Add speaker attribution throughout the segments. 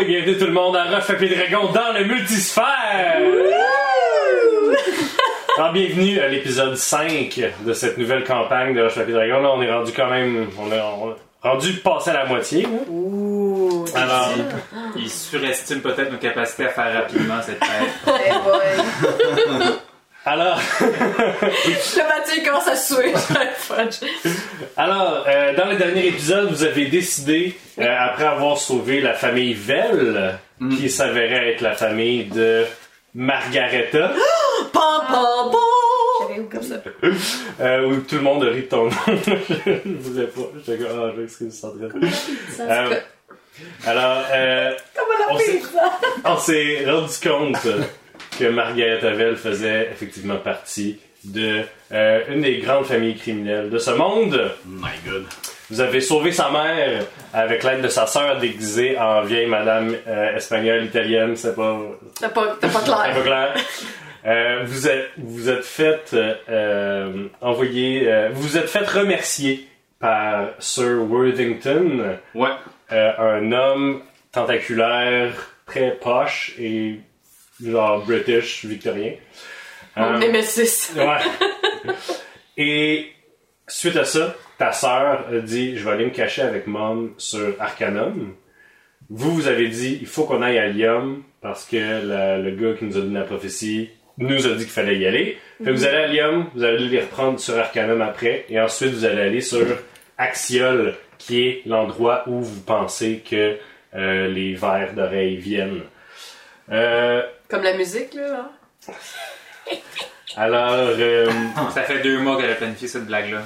Speaker 1: et bienvenue tout le monde à Rush Papier Dragon dans le multisphère! Alors, bienvenue à l'épisode 5 de cette nouvelle campagne de Rush Papier Dragon. Là, on est rendu quand même. On est on est rendu passé à la moitié. là.
Speaker 2: Ouh,
Speaker 1: Alors,
Speaker 3: Il surestime peut-être nos capacités à faire rapidement cette fête.
Speaker 2: eh boy.
Speaker 1: alors,
Speaker 2: Le Mathieu il commence à suer. Fudge.
Speaker 1: alors euh, dans le dernier épisode, vous avez décidé, euh, après avoir sauvé la famille Vell, qui s'avérait être la famille de Margareta,
Speaker 2: Pam, pam, pam.
Speaker 4: J'avais oublié.
Speaker 1: euh, où tout le monde rit de ton nom. je voulais pas. J'étais comme, ah, j'excuse, Sandrine. Euh, alors, euh,
Speaker 2: Comme
Speaker 1: on s'est- on s'est rendu compte que Margaret Havel faisait effectivement partie de euh, une des grandes familles criminelles de ce monde.
Speaker 3: My god.
Speaker 1: Vous avez sauvé sa mère avec l'aide de sa sœur déguisée en vieille madame euh, espagnole italienne, c'est pas
Speaker 2: T'as pas, t'as pas
Speaker 1: c'est Ah, pas
Speaker 2: clair.
Speaker 1: clair. Euh, vous êtes vous êtes fait euh, euh, envoyer euh, vous êtes fait remercier par Sir Worthington
Speaker 3: Ouais.
Speaker 1: euh, un homme tentaculaire, très poche et genre british, victorien.
Speaker 2: Mon
Speaker 1: Euh,
Speaker 2: Némésis.
Speaker 1: ouais. Et suite à ça, ta sœur a dit Je vais aller me cacher avec Mom sur Arcanum. Vous, vous avez dit Il faut qu'on aille à Lium parce que la- le gars qui nous a donné la prophétie nous a dit qu'il fallait y aller. Fait que vous allez à Lium, vous allez les reprendre sur Arcanum après, et ensuite vous allez aller sur Axiol, qui est l'endroit où vous pensez que euh, les vers d'oreille viennent. Euh,
Speaker 2: Comme la musique, là. hein.
Speaker 1: alors. euh,
Speaker 3: Ça fait deux mois qu'elle a planifié cette blague-là.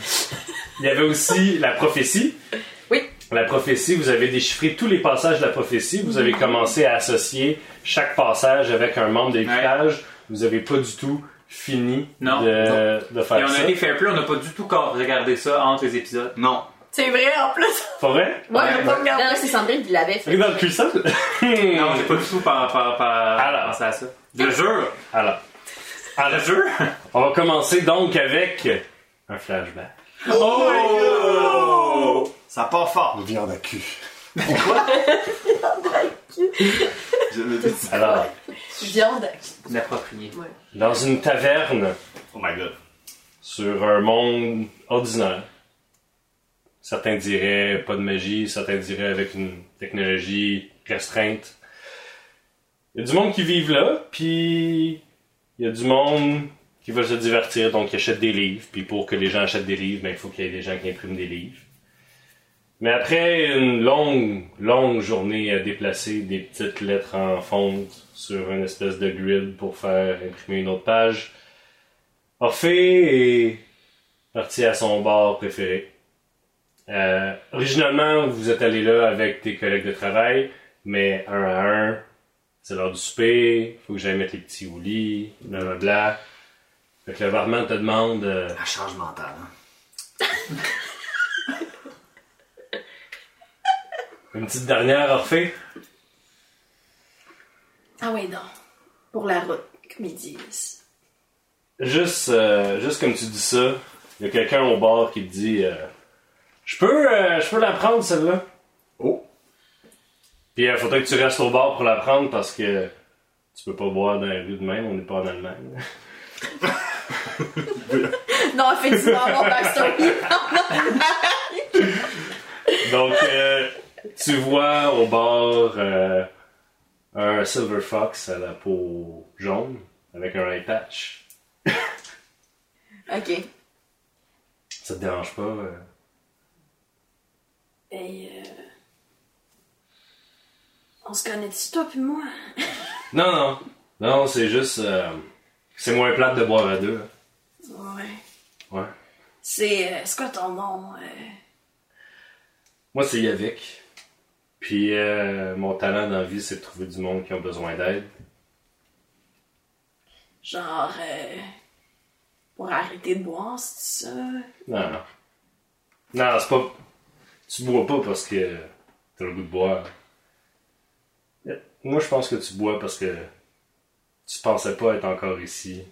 Speaker 1: Il y avait aussi la prophétie.
Speaker 2: Oui.
Speaker 1: La prophétie, vous avez déchiffré tous les passages de la prophétie. Vous avez commencé à associer chaque passage avec un membre de l'équipage. Vous avez pas du tout fini
Speaker 3: Non.
Speaker 1: de, de
Speaker 3: Et
Speaker 1: faire
Speaker 3: on
Speaker 1: ça.
Speaker 3: a été fait un peu, on n'a pas du tout encore regardé ça entre les épisodes.
Speaker 5: Non.
Speaker 2: C'est vrai, en plus.
Speaker 1: Faut vrai?
Speaker 2: Moi,
Speaker 3: Ouais,
Speaker 2: j'ai pas
Speaker 4: Non,
Speaker 2: regardé.
Speaker 4: c'est Sandrine qui l'avait
Speaker 1: Fait que
Speaker 4: fait.
Speaker 1: dans le cuisson?
Speaker 3: Non, j'ai pas du tout par, par, par,
Speaker 1: Alors.
Speaker 3: pensé à ça. Je jure!
Speaker 1: Alors,
Speaker 3: Je jure!
Speaker 1: on va commencer donc avec un flashback.
Speaker 3: Oh!
Speaker 5: Ça part fort.
Speaker 6: Viande à cul.
Speaker 5: Je me dis.
Speaker 1: Alors,
Speaker 2: Viande.
Speaker 3: Inapproprié.
Speaker 1: dans une taverne,
Speaker 5: Oh my god.
Speaker 1: sur un monde ordinaire. Certains diraient pas de magie, certains diraient avec une technologie restreinte. Il y a du monde qui vivent là, puis il y a du monde qui veulent se divertir, donc ils achètent des livres. Puis pour que les gens achètent des livres, ben, il faut qu'il y ait des gens qui impriment des livres. Mais après une longue, longue journée à déplacer des petites lettres en fonte sur une espèce de grid pour faire imprimer une autre page, Orphée est parti à son bar préféré. Euh, originalement, vous êtes allé là avec tes collègues de travail, mais un à un, c'est l'heure du souper, faut que j'aille mettre les petits au lit, blablabla. Fait que le barman te demande euh,
Speaker 5: La charge mentale. hein.
Speaker 1: une petite dernière, Orphée.
Speaker 4: Ah oui, non. Pour la route, comme ils disent.
Speaker 1: Juste, euh, juste comme tu dis ça, il y a quelqu'un au bar qui te dit euh, Je peux, euh, je peux la prendre celle-là.
Speaker 5: Oh.
Speaker 1: Puis il faudrait que tu restes au bar pour la prendre parce que tu peux pas boire dans la rue de même, on n'est pas en Allemagne.
Speaker 4: Non, effectivement, mon backstory.
Speaker 1: Donc, euh, tu vois au bar euh, un Silver Fox à la peau jaune avec un eye patch.
Speaker 4: ok.
Speaker 1: Ça te dérange pas euh?
Speaker 4: Et euh... On se connaît-tu, toi puis moi?
Speaker 1: Non, non. Non, c'est juste. euh, c'est moins plate de boire à deux. hein.
Speaker 4: Ouais.
Speaker 1: Ouais.
Speaker 4: C'est... euh, c'est quoi ton nom? euh?
Speaker 1: Moi, c'est Yavik. Puis euh, mon talent dans la vie, c'est de trouver du monde qui ont besoin d'aide.
Speaker 4: genre... euh, Pour arrêter de boire, c'est ça?
Speaker 1: Non, non. Non, c'est pas. Tu bois pas parce que t'as le goût de boire. Moi, je pense que tu bois parce que tu pensais pas être encore ici.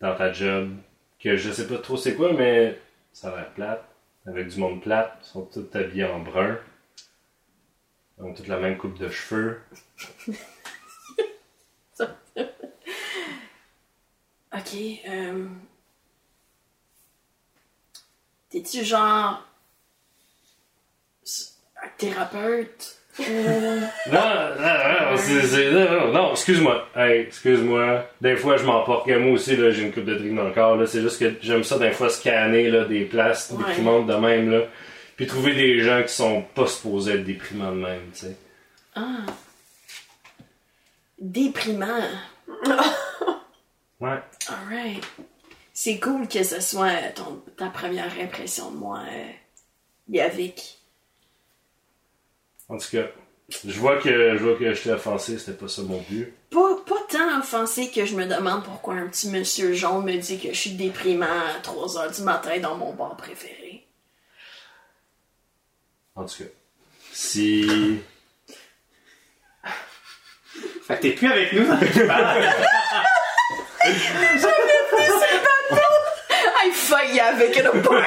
Speaker 1: Dans ta job. Que je sais pas trop c'est quoi, mais ça a l'air plate. Avec du monde plate. Ils sont tous habillés en brun. Ils ont toute la même coupe de cheveux.
Speaker 4: Ok, euh... T'es-tu genre... s- Un thérapeute? Ou...
Speaker 1: Non, non, non, c'est- c'est- non, non, non, excuse-moi. Hey, excuse-moi. Des fois, je m'emporte. que Moi aussi, là, j'ai une coupe de trucs dans le corps. Là. C'est juste que j'aime ça, des fois, scanner là, des places
Speaker 4: Ouais.
Speaker 1: déprimantes de même. Là. Puis trouver des gens qui sont pas supposés être déprimants de même. tu sais.
Speaker 4: Ah. Déprimant.
Speaker 1: Ouais.
Speaker 4: Alright. C'est cool que ce soit ton, ta première impression de moi, euh, Yavik.
Speaker 1: En tout cas, je vois que je vois que je t'ai offensé. C'était pas ça mon but.
Speaker 4: Pas, pas tant offensé que je me demande pourquoi un petit monsieur jaune me dit que je suis déprimant à 3 heures du matin dans mon bar préféré.
Speaker 1: En tout cas, si.
Speaker 3: Fait que t'es plus avec nous.
Speaker 2: I fuck Yavik in a bar.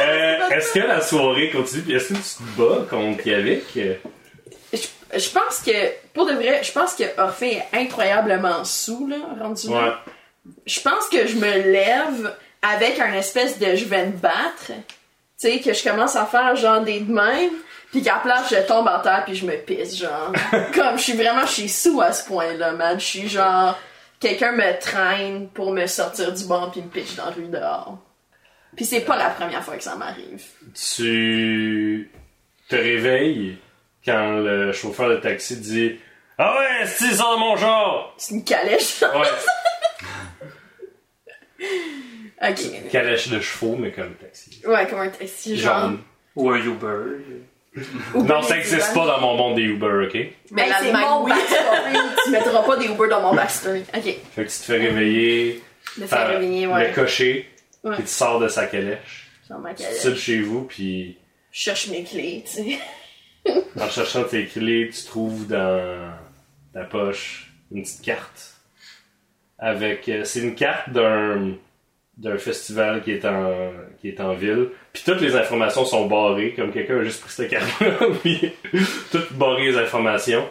Speaker 1: Euh, est-ce que la soirée continue? Puis est-ce que tu te bats contre Yavik?
Speaker 4: Je, je pense que, pour de vrai, je pense que Orphée est incroyablement saoul, là, rendu là.
Speaker 1: Ouais.
Speaker 4: je pense que je me lève avec un espèce de je vais me battre. Tu sais, que je commence à faire genre des de même, puis qu'à place, je tombe en terre puis je me pisse, genre. Comme je suis vraiment, je suis sous à ce point-là, man. Je suis genre, quelqu'un me traîne pour me sortir du banc puis me pitch dans la rue dehors. Puis c'est pas la première fois que ça m'arrive.
Speaker 1: tu te réveilles quand le chauffeur de taxi dit Ah ouais, c'est ils sont de mon genre
Speaker 4: C'est une calèche.
Speaker 1: Ouais,
Speaker 4: ok.
Speaker 1: calèche de chevaux, mais comme taxi.
Speaker 4: Ouais, comment un taxi, genre.
Speaker 1: Jaune.
Speaker 3: Ou un Uber.
Speaker 1: Non, ça existe pas dans mon monde des Uber, ok
Speaker 2: Mais
Speaker 4: Hey,
Speaker 2: la
Speaker 4: c'est
Speaker 2: Mac,
Speaker 4: mon
Speaker 2: oui.
Speaker 4: backstory. tu mettras pas des Uber dans mon backstory. Ok.
Speaker 1: Fait que tu te fais réveiller
Speaker 4: Me faire
Speaker 1: par
Speaker 4: réveiller, ouais.
Speaker 1: le cocher,
Speaker 4: Ouais.
Speaker 1: puis tu sors de sa calèche.
Speaker 4: Dans ma
Speaker 1: Tu
Speaker 4: calèche.
Speaker 1: te sors de chez vous, puis
Speaker 4: Je cherche mes clés, tu sais.
Speaker 1: en cherchant tes clés, tu trouves dans ta poche une petite carte. Avec, euh, c'est une carte d'un d'un festival qui est en qui est en ville. Puis toutes les informations sont barrées, comme quelqu'un a juste pris cette carte-là, puis toutes barrées les informations.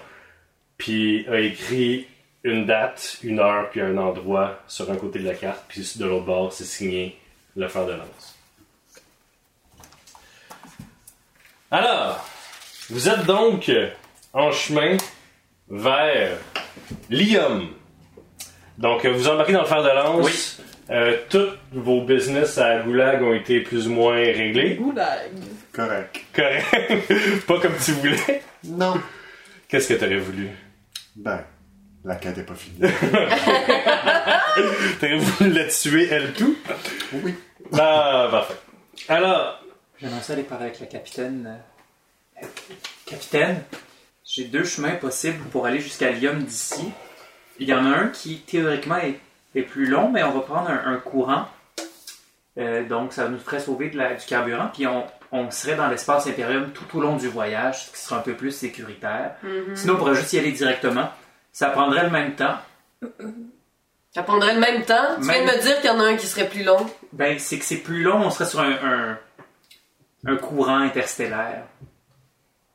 Speaker 1: Puis a écrit une date, une heure, puis un endroit sur un côté de la carte, puis de l'autre bord, c'est signé le fer de lance. Alors, vous êtes donc en chemin vers Lium. Donc, euh, vous embarquez dans le fer de lance. Euh, tous vos business à Goulag ont été plus ou moins réglés.
Speaker 4: Goulag.
Speaker 5: Correct.
Speaker 1: Correct. pas comme tu voulais.
Speaker 5: Non.
Speaker 1: Qu'est-ce que t'aurais voulu?
Speaker 5: Ben, la quête est pas finie.
Speaker 1: T'aurais voulu la tuer, elle tout?
Speaker 5: oui.
Speaker 1: Ah, parfait. Alors,
Speaker 3: J'aimerais ça aller parler avec le capitaine. Euh, Capitaine, j'ai deux chemins possibles pour aller jusqu'à Lyon d'ici. Il y en a un qui, théoriquement, est, est plus long, mais on va prendre un, un courant. Euh, donc, ça nous ferait sauver de la- du carburant, puis on, on serait dans l'espace impérium tout au long du voyage, ce qui serait un peu plus sécuritaire. Sinon, on pourrait juste y aller directement. Ça prendrait le même temps.
Speaker 2: Ça prendrait le même temps. Tu viens
Speaker 3: Même-
Speaker 2: de me dire qu'il y en a un qui serait plus long.
Speaker 3: Ben, c'est que c'est plus long, on serait sur un, un, un courant interstellaire.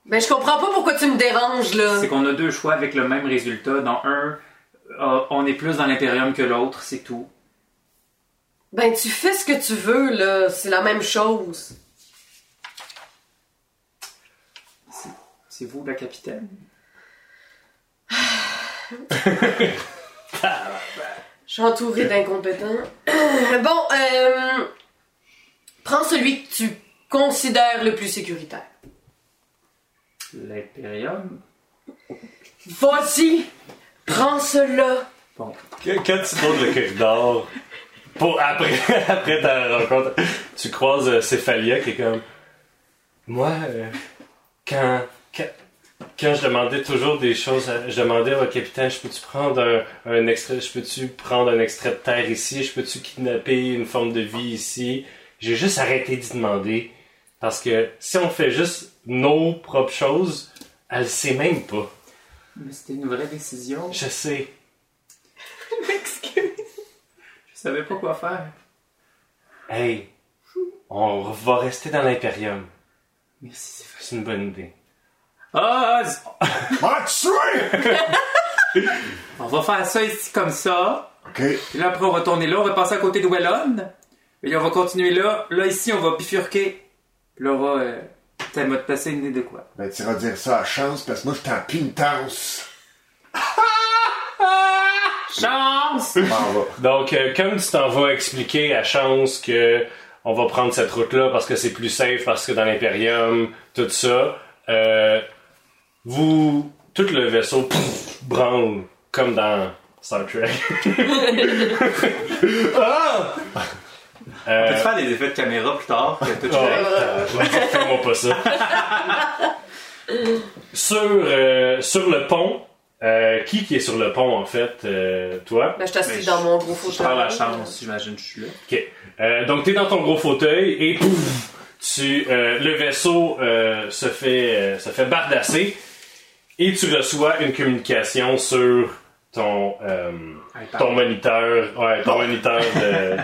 Speaker 2: Ben, je comprends pas pourquoi tu me déranges, là.
Speaker 3: C'est qu'on a deux choix avec le même résultat. Dans un, euh, on est plus dans l'impérium que l'autre, c'est tout.
Speaker 2: Ben, tu fais ce que tu veux, là. C'est la même chose.
Speaker 3: C'est vous la capitaine.
Speaker 2: Je suis entourée d'incompétents. bon, euh... Prends celui que tu considères le plus sécuritaire.
Speaker 3: L'impérium.
Speaker 2: Vas-y! Prends cela!
Speaker 3: Bon,
Speaker 1: que- quand tu tournes le corridor, pour après, après ta rencontre, tu croises euh, Céphalia qui est comme. Moi, euh, quand, quand, quand je demandais toujours des choses, à- je demandais au capitaine, je peux-tu prendre un, un extrait, je peux-tu prendre un extrait de terre ici, je peux-tu kidnapper une forme de vie ici. J'ai juste arrêté d'y demander parce que si on fait juste nos propres choses, elle sait même pas.
Speaker 3: mais c'était une vraie décision. Je
Speaker 1: Je sais.
Speaker 3: je savais pas quoi faire.
Speaker 1: Hey, on va rester dans l'Imperium.
Speaker 3: Merci, Ah, Stéphane.
Speaker 1: C'est une bonne idée.
Speaker 3: Oz,
Speaker 5: Va te tuer!
Speaker 3: on va faire ça ici comme ça.
Speaker 5: Ok.
Speaker 3: Puis là, après, on va tourner là, on va passer à côté de Wellon. Et là, on va continuer là. Là, ici, on va bifurquer. Puis là, on va. Euh, T'as m'a passé une idée de quoi?
Speaker 5: Ben, tu iras dire ça à chance parce que moi, je suis en pintance.
Speaker 3: Chance!
Speaker 5: Je m'en vais.
Speaker 1: Donc, euh, comme tu t'en vas expliquer à Chance que on va prendre cette route-là parce que c'est plus safe, parce que dans l'Imperium, tout ça, euh, vous, tout le vaisseau pff, branle comme dans Star Trek. ah!
Speaker 6: Peux-tu
Speaker 1: Euh,
Speaker 6: faire des effets de caméra plus tard? Que tout
Speaker 1: oh,
Speaker 2: Ben,
Speaker 1: putain, fais-moi pas ça. sur, euh, sur le pont, euh, qui qui est sur le pont en fait? euh, toi?
Speaker 2: Ben, je
Speaker 6: Mais
Speaker 2: t'assis
Speaker 6: je-
Speaker 2: dans mon gros
Speaker 6: Je
Speaker 2: fauteuil.
Speaker 6: perds la chance, j'imagine, je suis là.
Speaker 1: Ok. Euh, donc, t'es dans ton gros fauteuil et pouf, tu, euh, le vaisseau euh, se, fait, euh, se fait bardasser et tu reçois une communication sur ton, euh,
Speaker 3: iPad.
Speaker 1: ton moniteur. Ouais, ton moniteur de.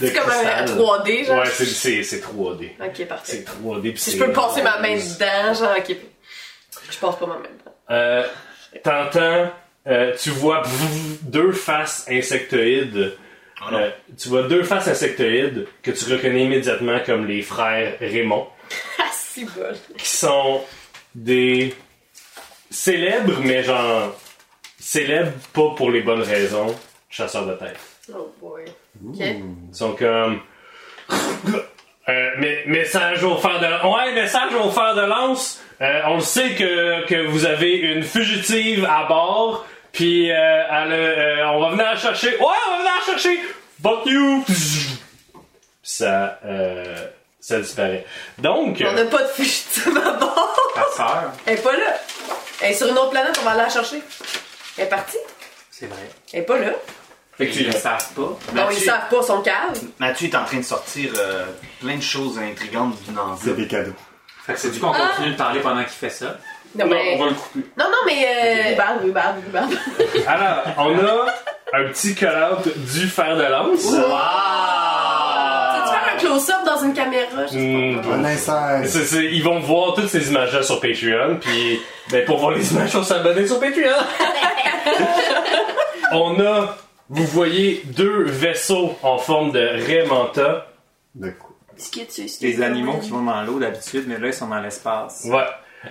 Speaker 1: de
Speaker 2: C'est comme un
Speaker 1: cristal.
Speaker 2: 3D, genre.
Speaker 1: Ouais, c'est, c'est, c'est 3D.
Speaker 2: Ok, parfait.
Speaker 1: C'est 3D. puis
Speaker 2: Si
Speaker 1: c'est
Speaker 2: je peux passer ma
Speaker 1: rose.
Speaker 2: main dedans, genre, ok. Je passe pas ma main dedans.
Speaker 1: Euh, T'entends, euh, tu vois pff, deux faces insectoïdes.
Speaker 6: non.
Speaker 1: Euh, tu vois deux faces insectoïdes que tu reconnais immédiatement comme les frères Raymond,
Speaker 2: Ah, si bol.
Speaker 1: qui sont des célèbres, mais genre célèbres pas pour les bonnes raisons, chasseurs de tête.
Speaker 2: Oh boy. Ok.
Speaker 1: Ils sont comme. Euh, mais, message au fer de Ouais, message au fer de lance. Euh, on le sait que, que vous avez une fugitive à bord. Puis euh, elle, euh, on va venir la chercher. Ouais, on va venir la chercher. Fuck you. Pzzz. Ça, euh, ça disparaît. Donc,
Speaker 2: On n'a pas de fugitive à bord.
Speaker 6: Ta sœur,
Speaker 2: Elle est pas là. Elle est sur une autre planète, on va aller la chercher. Elle est partie.
Speaker 3: C'est vrai.
Speaker 2: Elle est pas là.
Speaker 3: Fait qu'ils le Ah savent pas.
Speaker 2: Non, ils
Speaker 6: Mathieu,
Speaker 2: savent pas son cave.
Speaker 6: Mathieu est en train de sortir euh, plein de choses intrigantes d'une
Speaker 5: C'est
Speaker 6: enveloppe.
Speaker 5: des cadeaux.
Speaker 3: Fait que c'est du coup, on
Speaker 2: Ah!
Speaker 3: continue de parler pendant qu'il fait ça.
Speaker 2: Non, mais.
Speaker 3: le couper.
Speaker 2: Non, non, mais. euh,
Speaker 4: Ruban, ruban, ruban.
Speaker 1: alors, on a un petit call-out du fer de lance.
Speaker 2: Tu veux
Speaker 1: Ah.
Speaker 2: faire un close-up dans une caméra? Je sais
Speaker 1: Mm,
Speaker 2: pas.
Speaker 1: bon.
Speaker 5: Un insert.
Speaker 1: C'est- c'est- ils vont voir toutes ces images-là sur Patreon, puis ben, pour voir les images, on s'abonne sur Patreon. on a, vous voyez, deux vaisseaux en forme de raie manta.
Speaker 5: De quoi?
Speaker 4: Ce qui est dessus, c'est
Speaker 3: Les animaux qui vont dans l'eau d'habitude, mais là, ils sont dans l'espace.
Speaker 1: Ouais.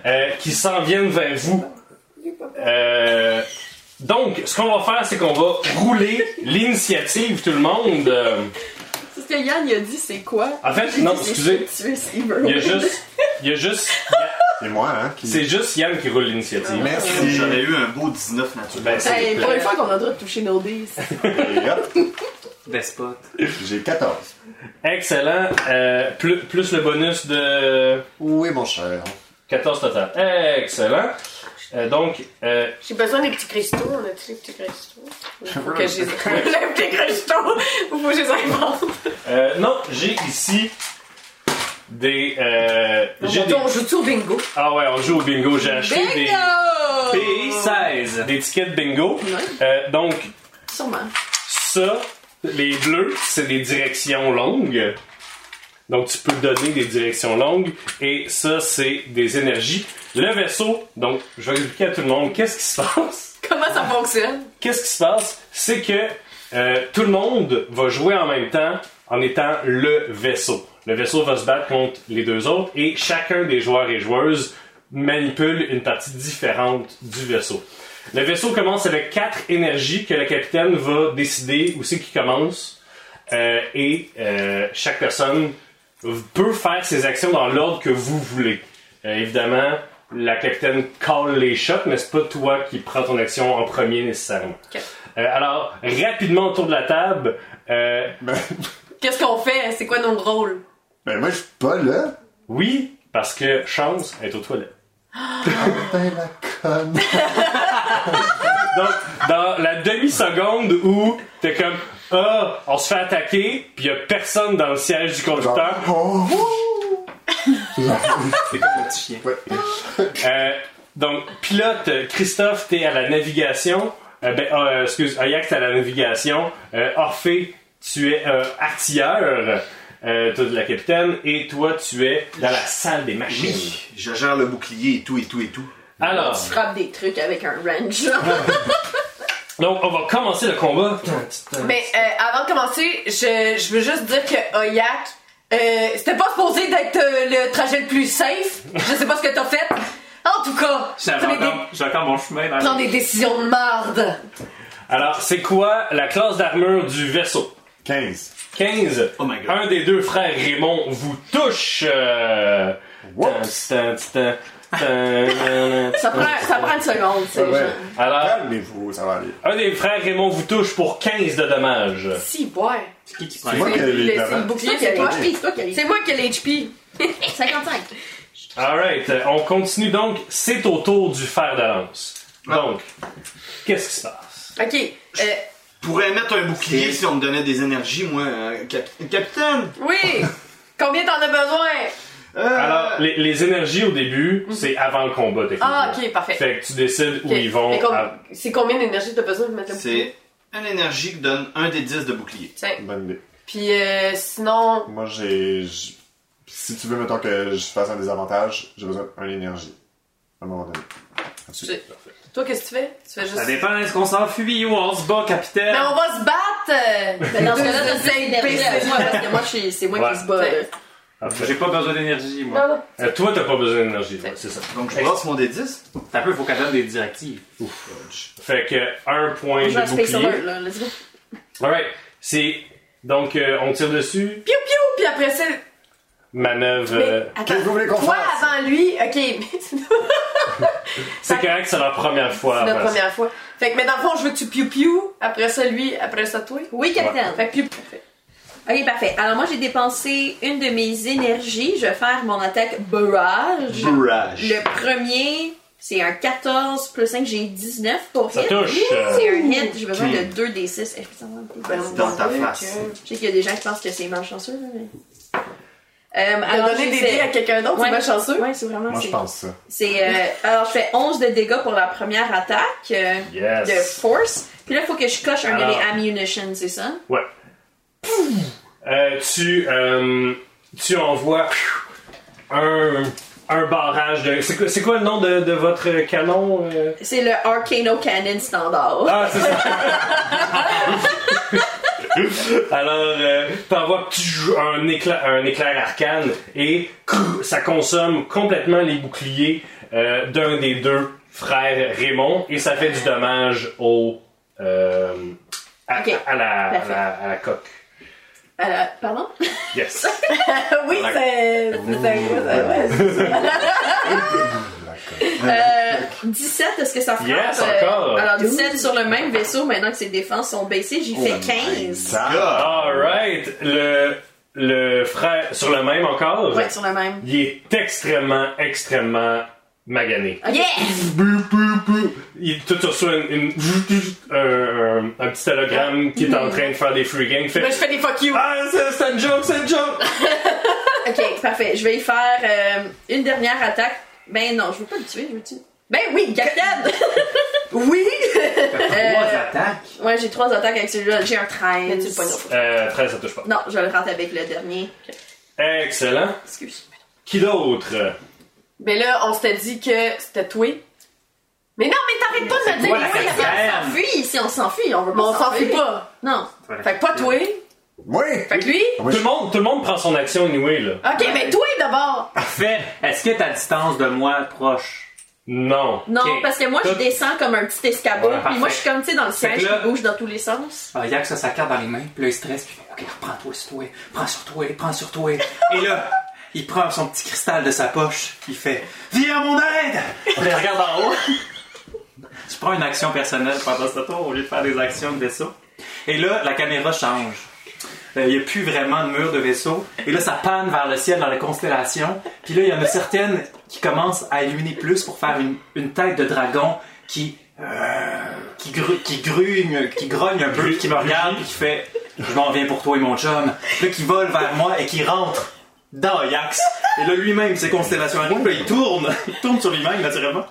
Speaker 1: Euh, qui s'en viennent vers vous. Euh, donc, ce qu'on va faire, c'est qu'on va rouler l'initiative, tout le monde. Euh,
Speaker 4: C'est ce que Yann il a dit, c'est quoi?
Speaker 1: en fait, non, excusez.
Speaker 4: Tuer Silver.
Speaker 1: Il y a juste. Il y a juste.
Speaker 5: C'est moi, hein? Qui...
Speaker 1: C'est juste Yann qui roule l'initiative.
Speaker 5: Merci.
Speaker 6: J'en ai eu un beau 19 naturellement.
Speaker 1: Ben, c'est-
Speaker 4: Hey, pour une fois qu'on a le droit de toucher nos dés.
Speaker 5: Et hop,
Speaker 3: Despot.
Speaker 5: J'ai 14.
Speaker 1: Excellent. Euh, plus, plus le bonus de
Speaker 5: Oui, mon cher.
Speaker 1: 14 total. Excellent. Euh, donc, euh,
Speaker 2: J'ai besoin des petits cristaux. On a-tu les petits cristaux? Faut que j'ai les petits cristaux. Faut que je les invente.
Speaker 1: euh, non, j'ai ici des. Euh, j'ai des...
Speaker 2: On joue-tu au bingo?
Speaker 1: Ah ouais, on joue au bingo. J'ai acheté des,
Speaker 3: P16.
Speaker 1: des tickets de bingo.
Speaker 4: Ouais.
Speaker 1: Euh, donc,
Speaker 4: Sûrement.
Speaker 1: ça, les bleus, c'est des directions longues. Donc, tu peux donner des directions longues. Et ça, c'est des énergies. Le vaisseau, donc, je vais expliquer à tout le monde qu'est-ce qui se passe.
Speaker 2: Comment ça fonctionne?
Speaker 1: qu'est-ce qui se passe? C'est que euh, tout le monde va jouer en même temps en étant le vaisseau. Le vaisseau va se battre contre les deux autres et chacun des joueurs et joueuses manipule une partie différente du vaisseau. Le vaisseau commence avec quatre énergies que le capitaine va décider où c'est qui commence Euh, et euh, chaque personne peut faire ses actions dans l'ordre que vous voulez. Euh, évidemment, la capitaine call les shots, mais c'est pas toi qui prends ton action en premier nécessairement.
Speaker 2: Ok.
Speaker 1: Euh, alors, rapidement autour de la table, euh,
Speaker 5: Ben,
Speaker 2: Qu'est-ce qu'on fait? C'est quoi nos rôles?
Speaker 5: ben moi, je suis pas là.
Speaker 1: oui, parce que chance est aux toilettes.
Speaker 5: Putain, la conne.
Speaker 1: Donc, dans la demi-seconde où t'es comme Ah, on se fait attaquer, puis y a personne dans le siège du conducteur,
Speaker 5: Oh, oh.
Speaker 3: C'est comme un petit chien.
Speaker 5: Ouais.
Speaker 1: Euh, donc, pilote, euh, Christophe, t'es à la navigation. Euh, ben, ah, euh, excuse, Ayak, t'es à la navigation. Euh, Orphée, tu es euh, artilleur. euh, toi de la capitaine, et toi tu es dans la salle des machines.
Speaker 6: Ben, Oui, je gère le bouclier et tout et tout et tout.
Speaker 1: Alors,
Speaker 4: Tu frappes des trucs avec un wrench.
Speaker 1: donc on va commencer le combat.
Speaker 2: Mais euh, avant de commencer, je, je veux juste dire que Oyak, euh, c'était pas supposé d'être euh, le trajet le plus safe. Je sais pas ce que t'as fait. En tout cas,
Speaker 3: J'ai
Speaker 2: prenez des,
Speaker 3: encore, j'ai encore mon chemin dans
Speaker 2: prends
Speaker 3: le...
Speaker 2: des décisions de marde.
Speaker 1: Alors, c'est quoi la classe d'armure du vaisseau?
Speaker 5: 15.
Speaker 1: 15.
Speaker 6: Oh my god.
Speaker 1: Un des deux frères Raymond vous touche. euh,
Speaker 5: Whoops.
Speaker 1: tan, tan, tan, tan, tan, tan.
Speaker 4: Ça prend, ça prend une seconde, tu sais.
Speaker 5: Ouais, ouais.
Speaker 4: genre.
Speaker 1: Alors,
Speaker 5: Calmez-vous, ça va aller.
Speaker 1: un des frères Raymond vous touche pour 15 de dommages.
Speaker 2: Si, ouais.
Speaker 3: C'est qui qui prend
Speaker 5: C'est moi qui ai les
Speaker 2: C'est le
Speaker 5: devants.
Speaker 2: bouclier qui
Speaker 4: C'est toi
Speaker 2: arrive.
Speaker 4: qui arrive, c'est toi qui
Speaker 2: C'est
Speaker 4: arrive.
Speaker 2: moi qui ai l'HP.
Speaker 4: 55.
Speaker 1: Alright, euh, on continue donc. C'est au tour du fer de lance. Donc, qu'est-ce qui se passe?
Speaker 2: Ok. euh,
Speaker 6: Pourrais mettre un bouclier
Speaker 3: C'est-
Speaker 6: si on me donnait des énergies, moi. euh, cap- capitaine!
Speaker 2: oui. Combien t'en as besoin?
Speaker 6: euh,
Speaker 1: Alors, les, les énergies au début, c'est avant le combat, techniquement.
Speaker 2: Mhm. Ah, ok, parfait.
Speaker 1: Fait que tu décides où
Speaker 2: Ok,
Speaker 1: ils vont.
Speaker 2: mais com-
Speaker 1: à-
Speaker 2: C'est combien d'énergie t'as besoin de mettre le bouclier?
Speaker 6: C'est une énergie qui donne un des 10 de bouclier.
Speaker 2: Tiens.
Speaker 5: Bonne idée.
Speaker 2: Puis euh, sinon,
Speaker 5: Moi, j'ai. j'- Si tu veux, mettons que je fasse un désavantage, j'ai besoin d'une énergie. À un moment donné. Ensuite.
Speaker 2: C'est- toi, qu'est-ce que tu fais? Tu fais juste.
Speaker 3: Ça dépend, est-ce qu'on s'enfuit ou on se bat, capitaine?
Speaker 2: Mais Ben, on va se battre!
Speaker 4: Mais dans ce cas-là,
Speaker 2: Deux
Speaker 4: t'as
Speaker 2: essais
Speaker 4: dit énergie
Speaker 2: d'énergie.
Speaker 4: à moi parce que moi, je suis- c'est moi qui
Speaker 1: Ouais.
Speaker 4: se bat. là.
Speaker 1: Parfait.
Speaker 3: J'ai pas besoin d'énergie, moi.
Speaker 2: Non, non.
Speaker 1: Euh, toi, t'as pas besoin d'énergie, ouais, c'est ça.
Speaker 6: Donc, je brasse mon des 10.
Speaker 3: T'as peu, faut qu'elle donne des directives.
Speaker 1: Fait que un point
Speaker 4: On joue à
Speaker 1: de
Speaker 4: Space
Speaker 1: bouclier.
Speaker 4: Alert, là. Let's go.
Speaker 1: Alright, c'est. Donc, euh, on tire dessus,
Speaker 2: Piou piou! Puis après ça.
Speaker 1: manœuvre.
Speaker 2: Mais
Speaker 1: euh,
Speaker 2: attends.
Speaker 5: Qu'est-ce que vous voulez qu'on
Speaker 2: Toi
Speaker 5: fasse?
Speaker 2: avant lui, ok, mais c'est notre
Speaker 1: C'est correct, c'est leur première fois.
Speaker 2: c'est notre
Speaker 1: après ça.
Speaker 2: première fois. Fait que, mais dans le fond, je veux que tu piou piou, après ça lui, après ça toi.
Speaker 4: Oui, capitaine.
Speaker 2: Fait que piou piou.
Speaker 4: Ok, parfait. Alors, moi, j'ai dépensé une de mes énergies. Je vais faire mon attaque barrage.
Speaker 6: Bourrage.
Speaker 4: Le premier, c'est un 14 plus 5, j'ai 19 pour
Speaker 1: Ça
Speaker 4: hit.
Speaker 1: touche, euh.
Speaker 4: C'est un hit, j'ai besoin de
Speaker 6: Hmm.
Speaker 4: 2 des 6. Eh, putain, non, des six.
Speaker 6: Dans ta face.
Speaker 4: Je sais qu'il y a des gens qui pensent que c'est malchanceux, là, mais. Euh,
Speaker 2: Alors,
Speaker 4: j'ai
Speaker 2: donner des
Speaker 4: fait-
Speaker 2: dés à quelqu'un d'autre,
Speaker 4: Ouais.
Speaker 2: c'est malchanceux.
Speaker 4: Ouais, c'est vraiment.
Speaker 5: Moi, je
Speaker 4: c'est-
Speaker 5: pense ça.
Speaker 4: c'est, euh, alors, je fais 11 de dégâts pour la première attaque euh, de
Speaker 1: Yes.
Speaker 4: force. Puis là, il faut que je coche un de
Speaker 1: Alors.
Speaker 4: mes ammunitions, c'est ça?
Speaker 1: Ouais. Euh, tu, euh, tu envoies un, un barrage de. C'est quoi, c'est quoi le nom de, de votre canon euh?
Speaker 4: C'est le Arcano Cannon standard.
Speaker 1: Ah, c'est ça. Alors, euh, t'envoies un éclair, un éclair arcane et ça consomme complètement les boucliers euh, d'un des deux frères Raymond et ça fait du dommage au euh, à,
Speaker 4: Ok.
Speaker 1: à la, à,
Speaker 4: Parfait.
Speaker 1: la, à la coque.
Speaker 4: Euh, pardon?
Speaker 1: Yes.
Speaker 2: oui,
Speaker 6: Ouais.
Speaker 2: c'est. C'est quoi ça? Ouais,
Speaker 4: Euh, 17, est-ce que ça frappe?
Speaker 1: Yes,
Speaker 4: euh,
Speaker 1: encore.
Speaker 4: alors, 17 sur le même vaisseau, maintenant que ses défenses sont baissées, j'ai
Speaker 1: Oh,
Speaker 4: fait 15.
Speaker 5: Ça!
Speaker 1: Alright, le, le frère sur le même encore,
Speaker 4: Ouais, sur le même.
Speaker 1: il est extrêmement, extrêmement magané.
Speaker 4: Yes!
Speaker 1: Il tout reçoit une, une- un, un- un petit hologramme qui est en train de faire des free games.
Speaker 2: Moi,
Speaker 1: Fait,
Speaker 2: je fais des fuck you.
Speaker 1: ah, c'est c'est une joke, c'est une joke!
Speaker 4: Ok, parfait. Je vais y faire euh, une dernière attaque. Ben non, je veux pas le tuer, je veux le tuer. Ben oui, capitaine!
Speaker 2: Oui!
Speaker 3: T'as trois attaques.
Speaker 4: ouais, j'ai trois attaques avec celui-là. J'ai un 13.
Speaker 2: Mais tu le pognes au fond.
Speaker 1: Euh, 13, ça touche pas.
Speaker 4: Non, je le rate avec le dernier.
Speaker 1: Excellent.
Speaker 4: Excuse.
Speaker 1: Qui d'autre?
Speaker 2: Mais là, on s'était dit que c'était toi. Mais non, mais t'arrêtes pas de me dire
Speaker 3: moi la
Speaker 2: oui,
Speaker 3: capitaine.
Speaker 2: ça.
Speaker 4: On s'enfuit, si on s'enfuit, on veut
Speaker 2: Mais
Speaker 4: pas
Speaker 2: on s'en fout
Speaker 4: s'enfuir.
Speaker 2: pas.
Speaker 4: Non.
Speaker 2: Fait que pas toi.
Speaker 5: Oui!
Speaker 2: Fait que lui.
Speaker 1: Tout le, monde, tout le monde prend son action anyway, là.
Speaker 2: Ok, mais toi d'abord.
Speaker 3: Parfait. Est-ce que ta distance de moi proche?
Speaker 1: Non.
Speaker 4: Non,
Speaker 3: Ok.
Speaker 4: parce que moi, je
Speaker 1: Tout-
Speaker 4: descends comme un petit escabeau,
Speaker 1: Ouais,
Speaker 4: puis moi, je suis comme, tu sais, dans le
Speaker 3: Fait que
Speaker 4: siège
Speaker 3: là-
Speaker 4: qui bouge dans tous les sens.
Speaker 3: Ah, Yak ça sa carte dans les mains, puis là, il stresse, puis il fait, ok, prends-toi sur toi, prends sur toi, prends sur toi. Et là, il prend son petit cristal de sa poche, il fait, viens à mon aide!
Speaker 1: On les regarde en haut.
Speaker 3: Tu prends une action personnelle pendant ce tour au lieu de faire des actions de vaisseau. Et là, la caméra change. Euh, Il n'y a plus vraiment de mur de vaisseau. Et là, ça panne vers le ciel dans les constellations. Puis là, il y en a certaines qui commencent à illuminer plus pour faire une, une tête de dragon qui, euh, qui, gru- qui grugne, qui grogne un peu, puis qui me regarde, puis qui fait Je m'en viens pour toi et mon chum. Puis là, qui vole vers moi et qui rentre dans Yax. Et là, lui-même, ses constellations arrivent. Puis là, il tourne, il tourne sur lui-même, naturellement.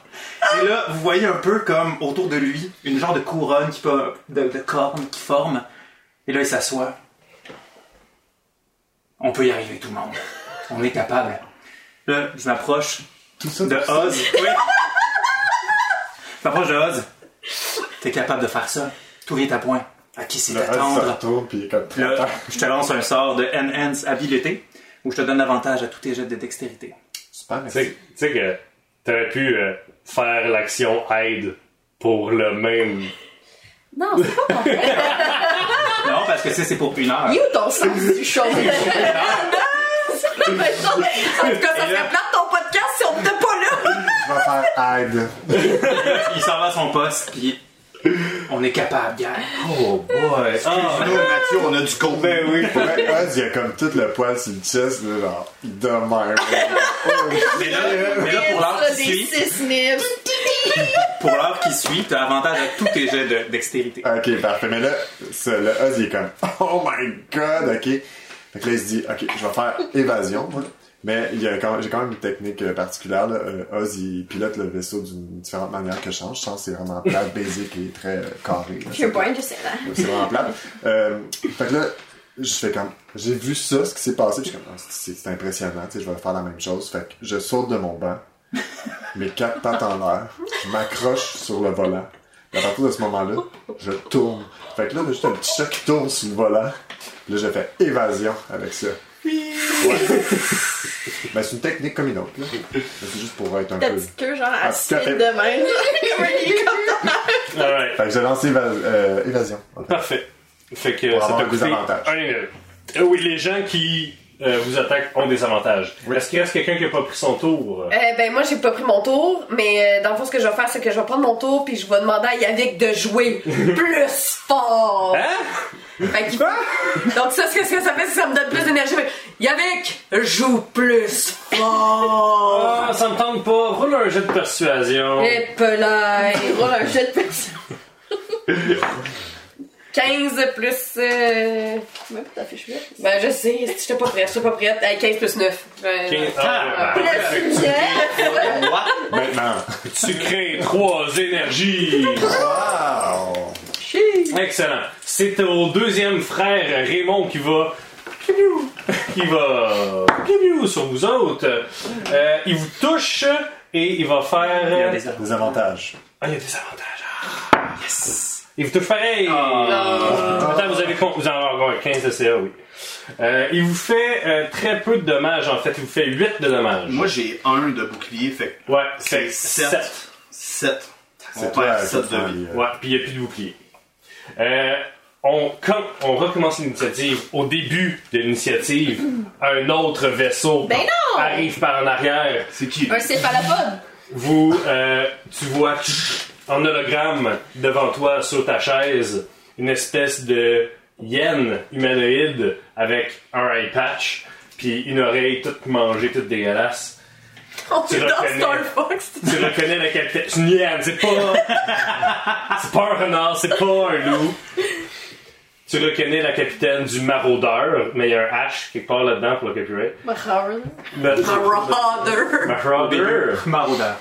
Speaker 3: Et là, vous voyez un peu comme autour de lui, une genre de couronne qui peut, de, de cornes qui forme. Et là, il s'assoit. On peut y arriver tout le monde. On est capable. Là, je m'approche
Speaker 5: Tout ça
Speaker 3: de
Speaker 5: pour ça.
Speaker 3: Oz. Oui. Je m'approche de Oz. T'es capable de faire ça. Tout est à point. À qui c'est
Speaker 5: Le Oz se
Speaker 3: d'attendre?
Speaker 5: retourne, puis il est comme
Speaker 3: Puis là,
Speaker 5: très
Speaker 3: je te lance un sort de Enhance Habilité, où je te donne l'avantage à tous tes jets de dextérité.
Speaker 5: Super,
Speaker 1: Tu sais-
Speaker 5: merci.
Speaker 1: tu sais que t'aurais pu euh, faire l'action aide pour le même.
Speaker 2: Non, c'est pas mon fait.
Speaker 3: Non, parce que ça, c'est pour une heure.
Speaker 4: Il est où ton sens du show?
Speaker 2: En tout cas, ça
Speaker 3: Et là-
Speaker 2: serait plat ton podcast si on n'était pas là.
Speaker 5: Je vais faire aide.
Speaker 3: Il s'en va à son poste, puis on est capable, gars.
Speaker 1: Oh boy!
Speaker 5: Ah, Mathieu,
Speaker 6: On a du contenu.
Speaker 5: Ben oui, pour être Oz, il a comme tout le poil sur le chest, là, genre, de même. Oh,
Speaker 3: Mais là, mais là, pour l'heure qui
Speaker 4: des
Speaker 3: suit,
Speaker 4: six nips.
Speaker 3: pour l'heure qui suit, t'as avantage à tous tes jets de dextérité.
Speaker 5: Ok, parfait. Mais là, ce- le Oz, il est comme Oh my god, ok. Fait que là, il se dit Ok, je vais faire évasion, moi. Mais il y a quand j'ai quand même une technique euh, particulière. Là. Euh, Oz, il pilote le vaisseau d'une différente manière que je change. Je pense que c'est vraiment plat, basic et très euh, carré. là.
Speaker 4: Je point, je sais hein, là.
Speaker 5: C'est vraiment plat. Euh, fait que là, je fais comme J'ai vu ça, ce qui s'est passé. Puis je suis comme Ah, C'est c'est impressionnant, tu sais, je vais faire la même chose. Fait que je saute de mon banc, mes quatre pattes en l'air, je m'accroche sur le volant. Et à partir de ce moment-là, je tourne. Fait que là, il y a juste un petit chat qui tourne sur le volant. Puis là, je fais évasion avec ça. Ouais. Ben, c'est une technique comme une autre. là. Mais C'est juste pour être un
Speaker 4: Ta
Speaker 5: peu.
Speaker 4: petite queue, genre,
Speaker 5: Ah,
Speaker 4: assise
Speaker 5: tout à fait.
Speaker 4: de même. Comme un hélicoptère.
Speaker 1: Alright,
Speaker 5: Fait que je lance éva- euh, évasion. en fait.
Speaker 1: parfait. Fait que
Speaker 5: Pour
Speaker 1: ça
Speaker 5: avoir
Speaker 1: t'a
Speaker 5: des
Speaker 1: coûté
Speaker 5: avantages.
Speaker 1: un et neuf. Euh, oui, les gens qui euh, vous attaquent ont des avantages. Est-ce qu'il reste quelqu'un qui n'a pas pris son tour?
Speaker 2: Euh, ben moi j'ai pas pris mon tour, mais euh, dans le fond ce que je vais faire c'est que je vais prendre mon tour puis je vais demander à Yannick de jouer plus fort.
Speaker 1: Hein?
Speaker 2: Fait qu'il- Donc ça ce que, ce que ça fait c'est que ça me donne plus d'énergie. mais Yannick joue plus fort.
Speaker 1: Ah, ça me tente pas. Roule un jet de persuasion.
Speaker 2: Et pelay.
Speaker 4: Roule un jet de personne.
Speaker 2: 15 plus. euh,
Speaker 4: Même pas ta fiche verte.
Speaker 2: Ben je sais, j'étais pas prête, j'étais pas prête. Euh, 15 plus 9. Euh,
Speaker 1: 15. Ah,
Speaker 4: Plus une nièce.
Speaker 5: Maintenant.
Speaker 1: tu crées trois énergies.
Speaker 5: Wow!
Speaker 1: Excellent. C'est au deuxième frère Raymond qui va. Qui va. Sur vous autres. Euh, il vous touche et il va faire.
Speaker 3: Il y a des
Speaker 5: Des avantages.
Speaker 1: Ah, il y a des avantages. Ah, yes! Il vous touche pareil! Ah. Attends, vous avez con- vous en avez encore 15 de CA, oui. Euh, il vous fait euh, très peu de dommages, en fait. Il vous fait 8 de dommages.
Speaker 6: Moi, j'ai un de bouclier, fait
Speaker 1: ouais,
Speaker 6: c'est
Speaker 1: c'est
Speaker 6: 7.
Speaker 1: 7.
Speaker 6: 7. On
Speaker 5: C'est toi,
Speaker 6: perd 7 de vie.
Speaker 1: Ouais, puis il n'y a plus de bouclier. Euh, on, com- on recommence l'initiative. Au début de l'initiative, un autre vaisseau
Speaker 4: Ben non!
Speaker 1: arrive par en arrière.
Speaker 6: C'est qui
Speaker 4: Un céphalopode.
Speaker 1: Vous, euh, tu vois en hologramme devant toi sur ta chaise une espèce de hyène humanoïde avec un eye patch puis une oreille toute mangée, toute dégueulasse.
Speaker 2: On
Speaker 1: Tu
Speaker 2: est dans
Speaker 1: reconnais.
Speaker 2: Star Ah, Fox.
Speaker 1: Tu reconnais le capitaine. C'est une hyène, c'est pas. C'est pas un renard, c'est pas un loup. Tu reconnais la capitaine du maraudeur, mais il y a un H quelque part là-dedans pour le copyright.
Speaker 4: Macaron.
Speaker 1: Notre
Speaker 2: Marauder.
Speaker 1: Euh, marauder
Speaker 3: Maraudeur.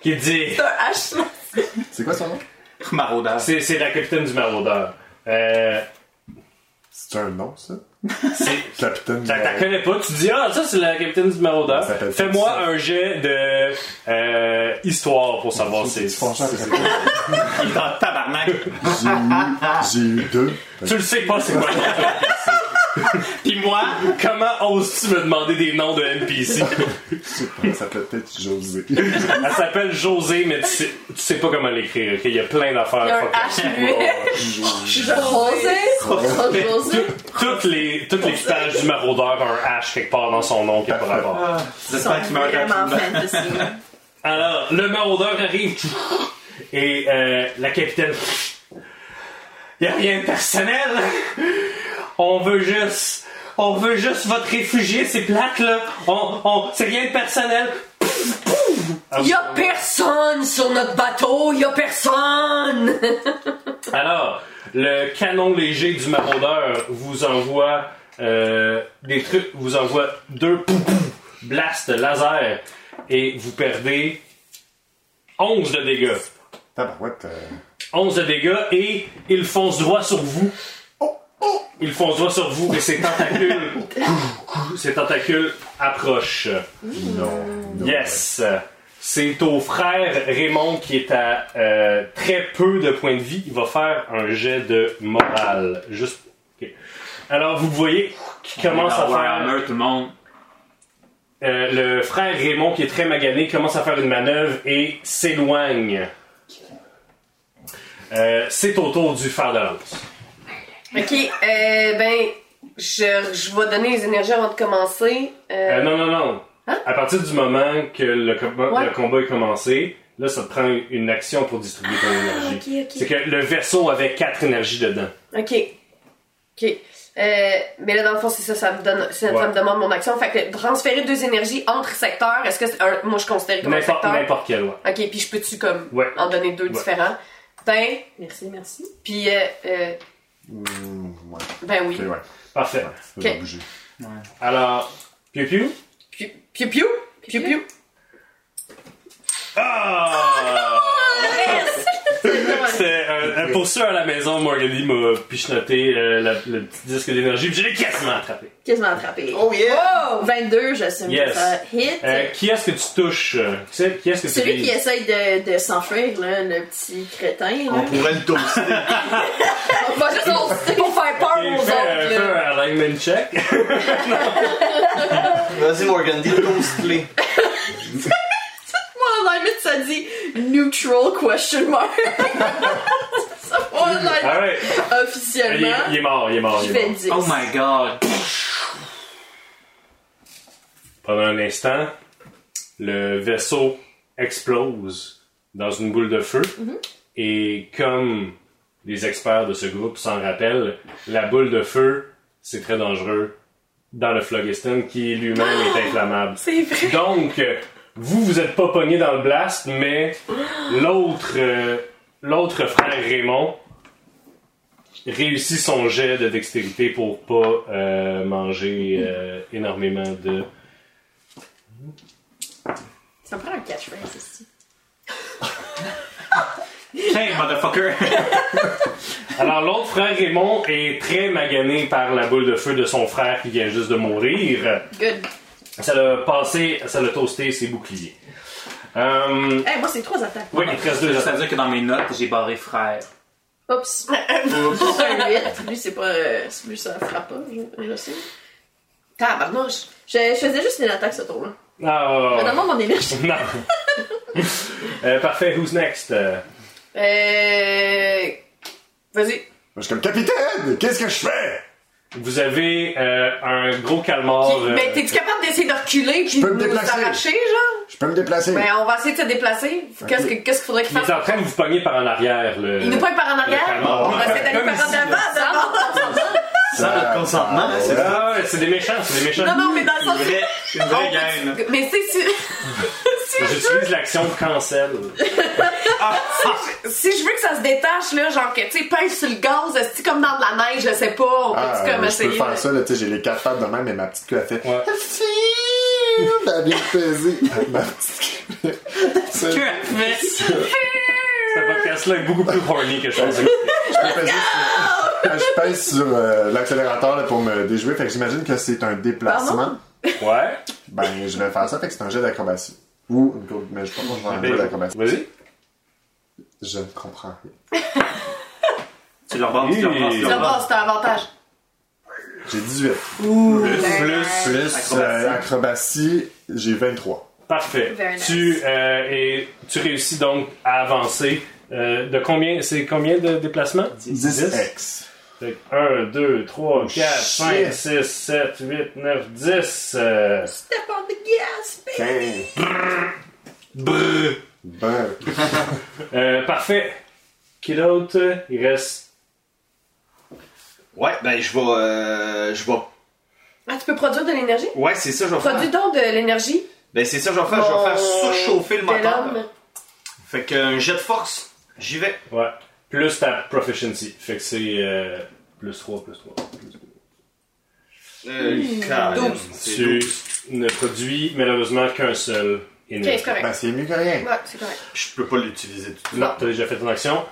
Speaker 1: qui dit
Speaker 2: C'est un H là.
Speaker 5: C'est quoi son nom?
Speaker 3: Maraudeur.
Speaker 1: c'est, c'est la capitaine du maraudeur. Euh,
Speaker 5: C'est un nom, ça?
Speaker 1: c'est,
Speaker 5: Capitaine.
Speaker 1: t'as, t'as connais pas, tu dis ah ça c'est la capitaine du maraudeur.
Speaker 5: Ça s'appelle
Speaker 1: Fais-moi
Speaker 5: ça.
Speaker 1: un jet de euh, histoire pour savoir si
Speaker 5: Oh, C'est franchement, c'est-
Speaker 3: Il est en tabarnak.
Speaker 5: J'ai eu- j'ai eu deux.
Speaker 1: tu le sais pas c'est quoi.
Speaker 3: Puis moi,
Speaker 1: Comment oses-tu me demander des noms de NPC?
Speaker 5: Ça s'appelait peut-être José.
Speaker 1: Elle s'appelle José, mais tu sais, tu sais pas comment l'écrire, ok? Il y a plein d'affaires.
Speaker 2: Il y a un
Speaker 1: fuck
Speaker 2: H,
Speaker 1: off.
Speaker 2: lui.
Speaker 4: José. José. José.
Speaker 1: Toutes les, tout l'équipage du maraudeur a un H quelque part dans son nom qui a pas
Speaker 5: Parfait.
Speaker 1: rapport.
Speaker 4: Ils sont
Speaker 3: j'espère qu'il meurt
Speaker 4: vraiment
Speaker 3: rapidement.
Speaker 4: fantasy.
Speaker 1: Alors, le maraudeur arrive et euh, la capitaine. Il a rien de personnel. On veut juste. On veut juste votre réfugié, c'est plate là. On, on, c'est rien de personnel.
Speaker 2: Y a personne sur notre bateau, y a personne!
Speaker 1: Alors, le canon léger du maraudeur vous envoie euh, des trucs, vous envoie deux poupous blast laser et vous perdez 11 de dégâts.
Speaker 5: Tabarouette. euh,
Speaker 1: 11 de dégâts et il fonce droit sur vous.
Speaker 5: Oh!
Speaker 1: Il fonce droit sur vous et ses tentacules, ses tentacules approchent.
Speaker 5: Non. non.
Speaker 1: Yes! C'est au frère Raymond qui est à euh, très peu de points de vie. Il va faire un jet de morale. Juste. ok. Alors, vous voyez qui commence à faire.
Speaker 3: Warhammer, tout le monde.
Speaker 1: euh, le frère Raymond, qui est très magané, commence à faire une manœuvre et s'éloigne. Euh, C'est au tour du fer de lance.
Speaker 2: Ok, euh, ben, je, je vais donner les énergies avant de commencer.
Speaker 1: Euh,
Speaker 2: Euh,
Speaker 1: non, non, non.
Speaker 2: Hein?
Speaker 1: À partir du moment que le, com-
Speaker 2: Ouais.
Speaker 1: le combat est commencé, là, ça te prend une action pour distribuer ton énergie.
Speaker 4: Ah, ok,
Speaker 1: C'est que le vaisseau avait quatre énergies dedans.
Speaker 2: Ok. Ok. Euh, mais là, dans le fond, c'est ça, ça me, donne, ça, ça
Speaker 1: Ouais.
Speaker 2: me demande mon action. Fait que transférer deux énergies entre secteurs, est-ce que c'est un- moi je considère comme un
Speaker 1: N'importe
Speaker 2: secteur?
Speaker 1: n'importe quel, ouais.
Speaker 2: Ok, puis je peux-tu comme
Speaker 1: Ouais.
Speaker 2: en donner deux
Speaker 1: Ouais.
Speaker 2: différents? Ben,
Speaker 4: Merci, merci.
Speaker 2: puis euh, euh,
Speaker 5: Mm, ouais.
Speaker 2: ben oui.
Speaker 5: Ok, ouais.
Speaker 1: Parfait.
Speaker 5: Ça va bouger.
Speaker 1: Alors, Piu Piu.
Speaker 2: Piu piu piu piu piu.
Speaker 1: Ah!
Speaker 4: Ah!
Speaker 2: Ouais.
Speaker 1: C'était, euh, euh, pour ceux à la maison, Morgany m'a pichenoté euh, la- le petit disque d'énergie, puis je l'ai quasiment attrapé.
Speaker 4: Qu'est-ce que je attrapé?
Speaker 6: Oh yeah!
Speaker 4: Oh! 22, j'assume
Speaker 1: Yes.
Speaker 4: que ça hit.
Speaker 1: Euh, qui est-ce que tu touches? euh, Qui c'est- qui est-ce que tu
Speaker 4: Celui qui
Speaker 1: vises?
Speaker 4: essaye de, de s'enfuir, là, le petit crétin, là.
Speaker 6: On pourrait le toaster.
Speaker 2: On va juste lancer pour faire peur
Speaker 1: Il
Speaker 2: aux
Speaker 1: fait, euh,
Speaker 2: autres.
Speaker 1: fait
Speaker 2: là.
Speaker 1: un alignment check.
Speaker 6: Vas-y, Morgan, dis toast-les.
Speaker 4: Moi, en anglais, ça dit neutral question mark. C'est ça, mon anglais,
Speaker 1: Ah ouais. Il est,
Speaker 4: officiellement.
Speaker 1: il est mort, il est mort,
Speaker 4: Je
Speaker 1: il est
Speaker 4: vais
Speaker 1: mort.
Speaker 4: dire.
Speaker 3: Oh my god!
Speaker 1: Pendant un instant, le vaisseau explose dans une boule de feu.
Speaker 2: Mhm.
Speaker 1: Et comme les experts de ce groupe s'en rappellent, la boule de feu, c'est très dangereux dans le phlogiston qui lui-même est inflammable.
Speaker 2: Ah! C'est vrai.
Speaker 1: Donc, euh, vous, vous êtes pas pogné dans le blast, mais l'autre, euh, l'autre frère Raymond réussit son jet de dextérité pour pas euh, manger euh, énormément de.
Speaker 4: Ça me prend un catchphrase ici.
Speaker 3: Hey, motherfucker!
Speaker 1: Alors, l'autre frère Raymond est très magané par la boule de feu de son frère qui vient juste de mourir.
Speaker 4: Good.
Speaker 1: Ça l'a passé, ça l'a toasté ses boucliers. Euh,
Speaker 4: Eh, moi, c'est trois attaques.
Speaker 1: oui, il te reste deux
Speaker 3: Ça
Speaker 1: attaques.
Speaker 3: veut dire que dans mes notes, j'ai barré frère.
Speaker 4: Oups. C'est un 8. Lui, c'est pas. euh, lui, ça frappe pas, je, je sais.
Speaker 2: Tabarnouche.
Speaker 4: Je, je faisais juste une attaque ce tour-là.
Speaker 1: Ah,
Speaker 4: Maintenant, mon énergie.
Speaker 1: Non. Euh, parfait, who's next? Euh,
Speaker 2: Euh.
Speaker 5: Moi,
Speaker 2: Vas-y.
Speaker 5: je suis comme capitaine, qu'est-ce que je fais?
Speaker 1: vous avez euh, un gros calmar.
Speaker 2: Qui-
Speaker 1: euh,
Speaker 2: Mais t'es-tu capable d'essayer de reculer puis
Speaker 5: Je peux me
Speaker 2: de nous
Speaker 5: déplacer.
Speaker 2: arracher, genre?
Speaker 5: Je peux me déplacer.
Speaker 2: Ben, on va essayer de se déplacer. Qu'est-ce que- qu'est-ce qu'il faudrait qu'il
Speaker 1: il euh, est
Speaker 2: fasse?
Speaker 1: en train de vous pogner par en arrière. Le,
Speaker 2: Il nous prend par en
Speaker 1: le
Speaker 2: arrière?
Speaker 1: calmar.
Speaker 2: On va essayer d'aller
Speaker 6: Comme
Speaker 2: par en
Speaker 6: ici, là.
Speaker 2: avant, d'abord.
Speaker 6: Sans notre consentement, c'est ça.
Speaker 1: Ah, ouais, c'est des méchants, c'est des méchants.
Speaker 2: Non, non, mais dans le sens. Oh,
Speaker 6: Une vraie, une
Speaker 3: Ah,
Speaker 6: vraie gang. là.
Speaker 2: Mais si, si,
Speaker 1: J'utilise l'action cancel.
Speaker 2: si je veux que ça se détache, là, genre que, tu sais, pince sur le gaz, c'est comme dans de la neige, je sais pas, on
Speaker 5: Ah,
Speaker 2: peut-tu comme
Speaker 5: euh, je peux
Speaker 2: essayer?
Speaker 5: faire ça, là, tu sais, j'ai les quatre pattes de même, mais ma petite queue, elle fait.
Speaker 1: Ouais.
Speaker 5: Elle a bien pesé. ma petite queue. Ça,
Speaker 3: Que
Speaker 5: Je
Speaker 1: Ce podcast-là est beaucoup plus horny que je pensais.
Speaker 5: peux peser sur- Je pèse sur euh, l'accélérateur là, pour me déjouer, fait que j'imagine que c'est un déplacement.
Speaker 1: Ouais.
Speaker 5: Ben, je vais faire ça, fait que c'est un jet d'acrobatie. Ou une courbe, mais je pense que Ah, ben, je vais faire un jet d'acrobatie.
Speaker 1: Vas-y.
Speaker 5: Je comprends rien.
Speaker 3: Tu le rebarres, tu le rebarres, tu le
Speaker 2: Là,
Speaker 1: Mmh.
Speaker 3: rebarres.
Speaker 2: bon, c'est un avantage.
Speaker 5: J'ai 18.
Speaker 2: ben,
Speaker 1: Plus.
Speaker 5: Plus
Speaker 3: Acrobatie.
Speaker 5: euh, acrobatie, j'ai 23.
Speaker 1: Parfait.
Speaker 4: Very nice.
Speaker 1: Tu, euh, et tu réussis donc à avancer. Euh, de combien, c'est combien de déplacements?
Speaker 5: 10X.
Speaker 1: 1, 2, 3, 4, 5,
Speaker 5: shit.
Speaker 1: 6, 7, 8, 9, 10.
Speaker 4: Step on the gas, baby.
Speaker 5: 15. Ben,
Speaker 1: euh, parfait. Qui d'autre? Il reste.
Speaker 6: Ouais, ben je vais. euh, je vais.
Speaker 2: Ah, tu peux produire de l'énergie?
Speaker 6: Ouais, c'est ça, je vais
Speaker 2: Produis
Speaker 6: faire.
Speaker 2: donc de l'énergie.
Speaker 6: Ben c'est ça, je vais faire. Je vais faire surchauffer le
Speaker 2: Tel
Speaker 6: moteur.
Speaker 2: homme.
Speaker 6: Fait qu'un jet de force, j'y vais.
Speaker 1: Ouais. Plus ta proficiency. Fait que c'est euh, plus 3, plus 3. Plus 3.
Speaker 6: Euh, calme, c'est
Speaker 1: Tu
Speaker 6: douze.
Speaker 1: ne produis malheureusement qu'un seul.
Speaker 2: Ok, c'est
Speaker 1: énergie.
Speaker 5: ben,
Speaker 2: correct.
Speaker 5: c'est mieux que rien.
Speaker 2: Ouais, c'est correct.
Speaker 6: Je peux pas l'utiliser tout de suite.
Speaker 1: Non, t'as déjà fait ton action.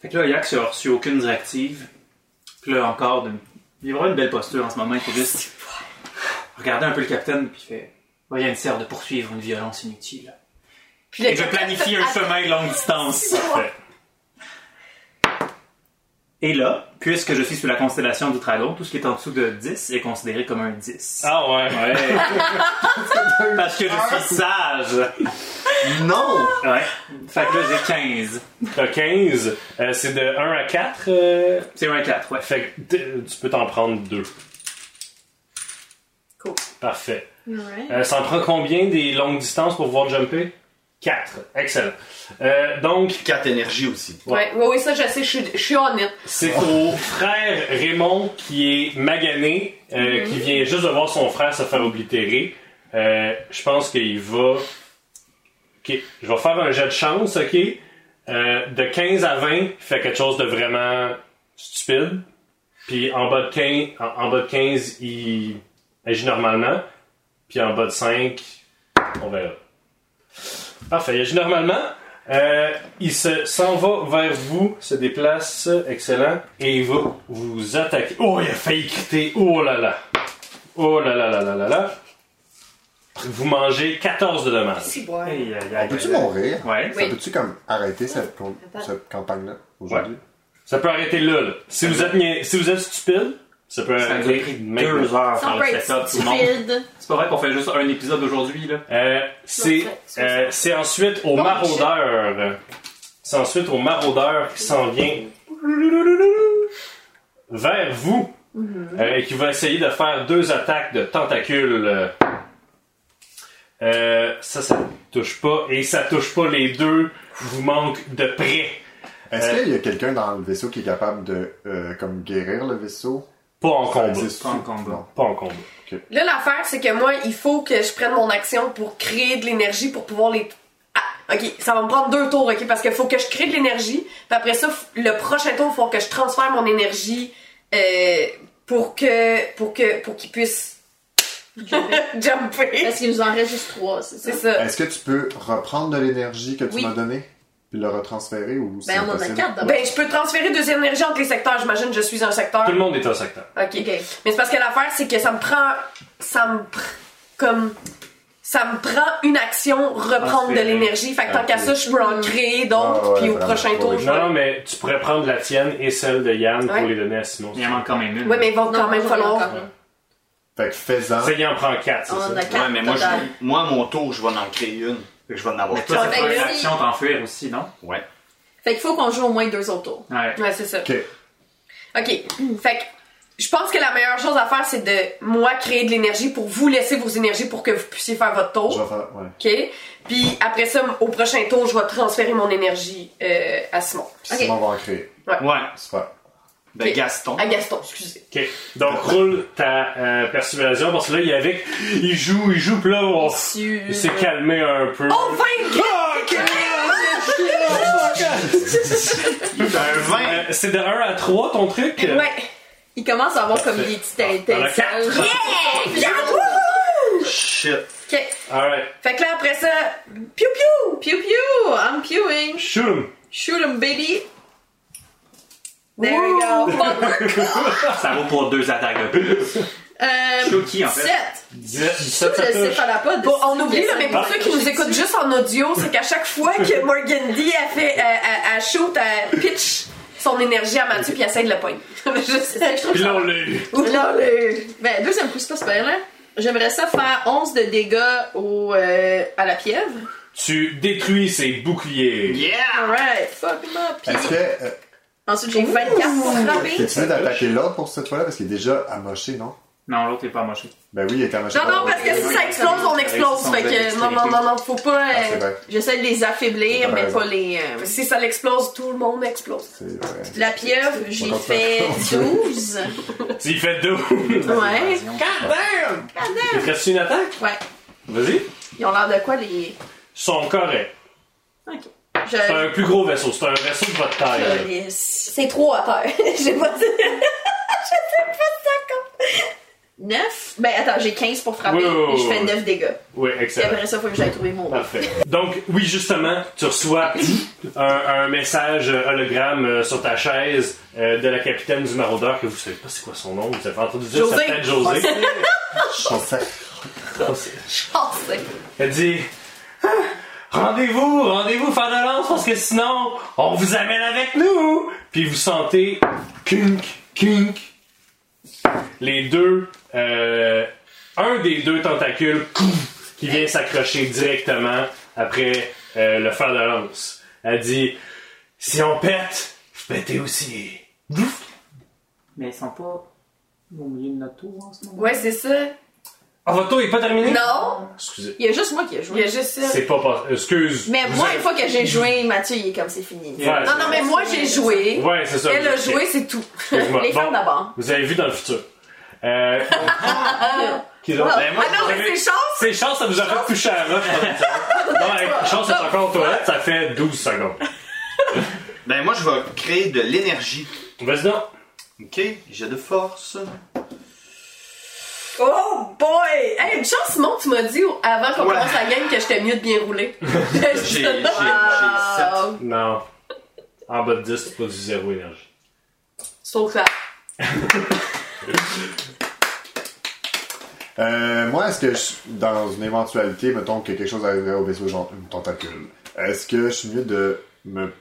Speaker 3: Fait que là, Yax, il a reçu aucune directive. Puis Puis là, encore, de... il y a vraiment une belle posture en ce moment. Il faut juste regarder un peu le capitaine, puis il fait Rien ne sert de poursuivre une violence inutile.
Speaker 2: Puis le
Speaker 3: Et je planifie un chemin longue distance. Et là, puisque je suis sous la constellation du dragon, tout ce qui est en dessous de 10 est considéré comme un 10.
Speaker 1: Ah ouais, ouais.
Speaker 3: Parce que je suis sage!
Speaker 5: Non!
Speaker 3: Ouais. Fait que là, j'ai 15.
Speaker 1: T'as 15. Euh, c'est de 1 à 4. euh,
Speaker 3: C'est un 4, ouais.
Speaker 1: Fait que t- tu peux t'en prendre 2.
Speaker 2: Cool.
Speaker 1: Parfait.
Speaker 4: Ouais.
Speaker 1: Euh, ça en prend combien des longues distances pour pouvoir jumper 4. Excellent. Euh, donc,
Speaker 6: 4 énergies aussi.
Speaker 2: Ouais, ouais, ouais, ça, je sais, je suis- je suis honnête.
Speaker 1: C'est au frère Raymond qui est magané, euh, qui vient juste de voir son frère se faire oblitérer. Euh, je pense qu'il va. Ok, je vais faire un jet de chance, ok? Euh, de 15 à 20, il fait quelque chose de vraiment stupide. Puis en bas de 15, en, en bas de 15 il agit normalement. Puis en bas de 5, on verra. Parfait, il agit normalement. Euh, il se- s'en va vers vous, se déplace, excellent, et il va vous attaquer. Oh, il a failli quitter. Oh là là. Oh là là là là là là. Vous mangez 14 de dommages.
Speaker 2: Si, ouais.
Speaker 3: Aïe, aïe, aïe,
Speaker 5: Peux-tu
Speaker 3: aïe, aïe.
Speaker 5: mourir?
Speaker 3: Ouais.
Speaker 2: Oui.
Speaker 5: Ça Peux-tu comme arrêter cette, com- cette campagne-là aujourd'hui?
Speaker 1: Ça peut arrêter là. là. Si, vous êtes, nia- si vous êtes stupide, ça peut
Speaker 3: Ça nous a
Speaker 1: arrêter
Speaker 3: pris
Speaker 1: maintenant.
Speaker 3: deux heures
Speaker 4: Ça
Speaker 3: faire
Speaker 4: peut
Speaker 3: le
Speaker 4: être
Speaker 3: setup, tout le monde.
Speaker 4: stupide.
Speaker 3: C'est pas vrai qu'on fait juste un épisode aujourd'hui, là.
Speaker 1: Euh, c'est euh, c'est ensuite au maraudeur. C'est ensuite au maraudeur qui s'en vient vers vous
Speaker 4: Mhm.
Speaker 1: euh, et qui va essayer de faire deux attaques de tentacules. Euh, ça, ça touche pas et ça touche pas les deux. Vous manque de près.
Speaker 5: Est-ce
Speaker 1: Euh,
Speaker 5: qu'il y a quelqu'un dans le vaisseau qui est capable de euh, comme guérir le vaisseau?
Speaker 1: Pas en combat.
Speaker 5: C'est-
Speaker 3: Pas en combat.
Speaker 5: Non.
Speaker 1: Pas en combat.
Speaker 2: Là, l'affaire, c'est que moi, il faut que je prenne mon action pour créer de l'énergie pour pouvoir les. Ah, ok, ça va me prendre deux tours, ok, parce qu'il faut que je crée de l'énergie. Puis après ça, f- le prochain tour, il faut que je transfère mon énergie euh, pour que. pour que. pour qu'ils puissent jumper.
Speaker 4: Parce qu'il nous en reste juste trois, c'est ça?
Speaker 2: C'est ça.
Speaker 5: Est-ce que tu peux reprendre de l'énergie que tu
Speaker 4: Oui.
Speaker 5: m'as donnée puis le retransférer ou c'est
Speaker 4: Ben, on en a
Speaker 5: impossible?
Speaker 4: quatre d'abord.
Speaker 2: Ben, je peux transférer deux énergies entre les secteurs, j'imagine, je suis un secteur.
Speaker 1: Tout le monde est un secteur.
Speaker 2: Ok.
Speaker 4: Ok.
Speaker 2: Mais c'est parce que l'affaire, c'est que ça me prend. Ça me pr- Comme. Ça me prend une action, reprendre de
Speaker 3: Transférer.
Speaker 2: l'énergie. Fait que tant
Speaker 5: Ok.
Speaker 2: qu'à ça, je peux en créer d'autres,
Speaker 5: Ah ouais,
Speaker 2: puis au
Speaker 5: vraiment.
Speaker 2: prochain tour,
Speaker 5: Oui.
Speaker 2: je
Speaker 1: Non,
Speaker 2: vais.
Speaker 1: non, mais tu pourrais prendre la tienne et celle de Yann
Speaker 2: Ouais.
Speaker 1: pour les donner à Simon.
Speaker 3: Il y en manque quand même une.
Speaker 2: Ouais, mais il va quand
Speaker 4: Non,
Speaker 2: même
Speaker 4: j'en ai
Speaker 2: falloir.
Speaker 4: encore une.
Speaker 5: Fait que fais-en.
Speaker 1: Ça, il en prend quatre, c'est
Speaker 4: On en
Speaker 1: ça?
Speaker 4: a quatre.
Speaker 6: ouais, mais moi,
Speaker 4: total.
Speaker 6: je- moi, à mon tour, je vais en créer une. Fait que je vais en avoir
Speaker 3: Mais toi,
Speaker 6: quatre.
Speaker 3: c'est
Speaker 4: Fait
Speaker 3: pas
Speaker 2: ben,
Speaker 4: que
Speaker 3: une
Speaker 4: si-
Speaker 3: action t'enfuir aussi, non?
Speaker 6: Ouais.
Speaker 4: Fait qu'il faut qu'on joue au moins deux autres tours.
Speaker 3: Ouais.
Speaker 2: Ouais, c'est ça.
Speaker 5: Ok.
Speaker 2: Ok. Fait que. Je pense que la meilleure chose à faire, c'est de, moi, créer de l'énergie pour vous laisser vos énergies pour que vous puissiez faire votre tour.
Speaker 5: Je vais faire. Ouais.
Speaker 2: OK? Puis après ça, au prochain tour, je vais transférer mon énergie euh, à Simon.
Speaker 5: Puis
Speaker 4: Ok.
Speaker 5: Simon va en créer.
Speaker 6: Ouais.
Speaker 5: Super.
Speaker 6: Ben,
Speaker 2: Ok.
Speaker 6: Gaston.
Speaker 2: À Gaston, excusez.
Speaker 1: Ok, donc roule ta euh, persuasion parce que là, il est avec. Il joue, il joue, puis là, on- il s'est calmé un peu.
Speaker 2: Oh, 24!
Speaker 6: Un 20.
Speaker 1: Euh, c'est de 1 à 3 ton truc?
Speaker 2: Ouais.
Speaker 4: Il commence à avoir comme
Speaker 1: Parfait.
Speaker 4: des petites
Speaker 1: On en a quatre.
Speaker 4: intentions.
Speaker 6: Shit.
Speaker 2: OK.
Speaker 1: Alright,
Speaker 2: Fait que là, après ça, piou piou!
Speaker 4: Pew pew! I'm pewing!
Speaker 1: shoot him.
Speaker 4: Shoot 'em, baby!
Speaker 2: There we go.
Speaker 3: Ah, Ça vaut pour deux attaques de plus.
Speaker 4: Euh,
Speaker 3: Chucky, en fait.
Speaker 4: 7!
Speaker 1: 17,
Speaker 4: Le céphalapode.
Speaker 2: Bon, on oublie, là, mais pour
Speaker 4: Ah.
Speaker 2: ceux qui nous écoutent juste en audio, c'est qu'à chaque fois que Morgan D a fait, à, shoot, à pitch son énergie à Mathieu puis essaie de le poigner. Juste-
Speaker 4: Je trouve
Speaker 1: Puis là,
Speaker 4: ça...
Speaker 1: on l'a eu.
Speaker 4: Là, le... Ben, deuxième coup, c'est pas super, là. J'aimerais ça faire 11 de dégâts au, euh, à la pieuvre.
Speaker 1: Tu détruis ses boucliers.
Speaker 4: Ah.
Speaker 6: Yeah!
Speaker 4: Alright, fuck him up. Puis
Speaker 5: Est-ce que euh,
Speaker 4: ensuite, j'ai 24 pour
Speaker 5: t'es
Speaker 4: frapper.
Speaker 5: obligé d'attaquer l'autre pour cette fois-là parce qu'il est déjà amoché, non?
Speaker 3: Non, l'autre est pas moché.
Speaker 5: Ben oui, il est amoché.
Speaker 2: Non, non, parce que si ça explose, on explose. Fait que non, non, non, non, faut pas.
Speaker 5: Ah, c'est
Speaker 2: euh,
Speaker 5: vrai.
Speaker 4: J'essaie de les affaiblir,
Speaker 5: T'as
Speaker 4: mais
Speaker 5: raison.
Speaker 4: pas les... euh,
Speaker 2: si ça l'explose, tout le monde explose.
Speaker 5: C'est vrai.
Speaker 4: La pieuvre, j'ai
Speaker 5: Encore ça.
Speaker 4: fait 12.
Speaker 1: Tu y fais deux.
Speaker 4: Ouais.
Speaker 1: Il te reste une attaque?
Speaker 4: Ouais.
Speaker 1: Vas-y.
Speaker 4: Ils ont l'air de quoi, les...
Speaker 1: Son correct.
Speaker 4: Ok.
Speaker 1: C'est
Speaker 4: Je...
Speaker 1: un plus gros vaisseau. C'est un vaisseau de votre taille. là.
Speaker 4: Yes.
Speaker 2: C'est trop à terre. J'ai pas dit.
Speaker 4: 9. Ben attends, j'ai 15 pour frapper.
Speaker 1: Oui, oui, oui,
Speaker 4: et je fais
Speaker 1: oui.
Speaker 4: 9 dégâts.
Speaker 1: Oui,
Speaker 4: Et
Speaker 1: excellent.
Speaker 4: après ça, faut que j'aille trouver mon.
Speaker 1: Parfait. Donc, oui, justement, tu reçois un, un message euh, hologramme euh, sur ta chaise euh, de la capitaine du maraudeur, que vous savez pas c'est quoi son nom, vous avez entendu dire
Speaker 2: José.
Speaker 1: ça peut être José.
Speaker 5: Chancel.
Speaker 2: Chancé.
Speaker 1: Elle dit Ah, Rendez-vous, rendez-vous, fin de lance, parce que sinon, on vous amène avec nous! Puis vous sentez kink, kink. Les deux, euh, un des deux tentacules couf, qui vient s'accrocher directement après euh, le fer de lance. Elle dit Si on pète, vous pétez aussi.
Speaker 3: Mais ils sont pas au milieu de notre tour en ce moment.
Speaker 2: Ouais, c'est ça.
Speaker 1: Ah, votre tour est pas terminé?
Speaker 2: Non,
Speaker 1: Excusez.
Speaker 4: Il y a juste moi qui ai
Speaker 2: il y
Speaker 4: joué.
Speaker 2: a juste ça.
Speaker 1: C'est pas pas. Excuse.
Speaker 4: Mais
Speaker 1: Vous
Speaker 4: moi,
Speaker 1: êtes-
Speaker 4: une fois que j'ai joué, Mathieu, il est comme c'est fini.
Speaker 3: Yeah.
Speaker 1: Ouais,
Speaker 2: Non, non, mais moi j'ai joué.
Speaker 1: Ouais, c'est ça.
Speaker 2: Elle a
Speaker 1: Ok.
Speaker 2: joué, c'est tout.
Speaker 1: Excuse-moi.
Speaker 4: Les femmes
Speaker 1: Bon.
Speaker 4: d'abord.
Speaker 1: Vous avez vu dans le futur. Euh, qui d'autre?
Speaker 4: Ah,
Speaker 1: Ben, moi,
Speaker 2: Ah non,
Speaker 1: vous
Speaker 2: mais
Speaker 1: avez-
Speaker 2: c'est chance!
Speaker 1: c'est chance, ça vous a fait toucher à la roche. Non, avec chance, c'est encore aux toilettes, ça fait 12 secondes.
Speaker 6: Ben moi, je vais créer de l'énergie.
Speaker 1: Vas-y donc.
Speaker 6: Ok, j'ai de force.
Speaker 2: Oh boy! Hey, une chance, Simon, tu m'as dit avant qu'on
Speaker 6: Ouais.
Speaker 2: commence la game que j'étais mieux de bien rouler.
Speaker 6: J'ai
Speaker 2: Justement.
Speaker 6: 7.
Speaker 4: Ah,
Speaker 1: Non. En bas de 10, c'est pas du zéro énergie.
Speaker 2: Sauf que.
Speaker 5: Euh, moi, est-ce que je, dans une éventualité, mettons que quelque chose arriverait au vaisseau, genre une tentacule, est-ce que je suis mieux de me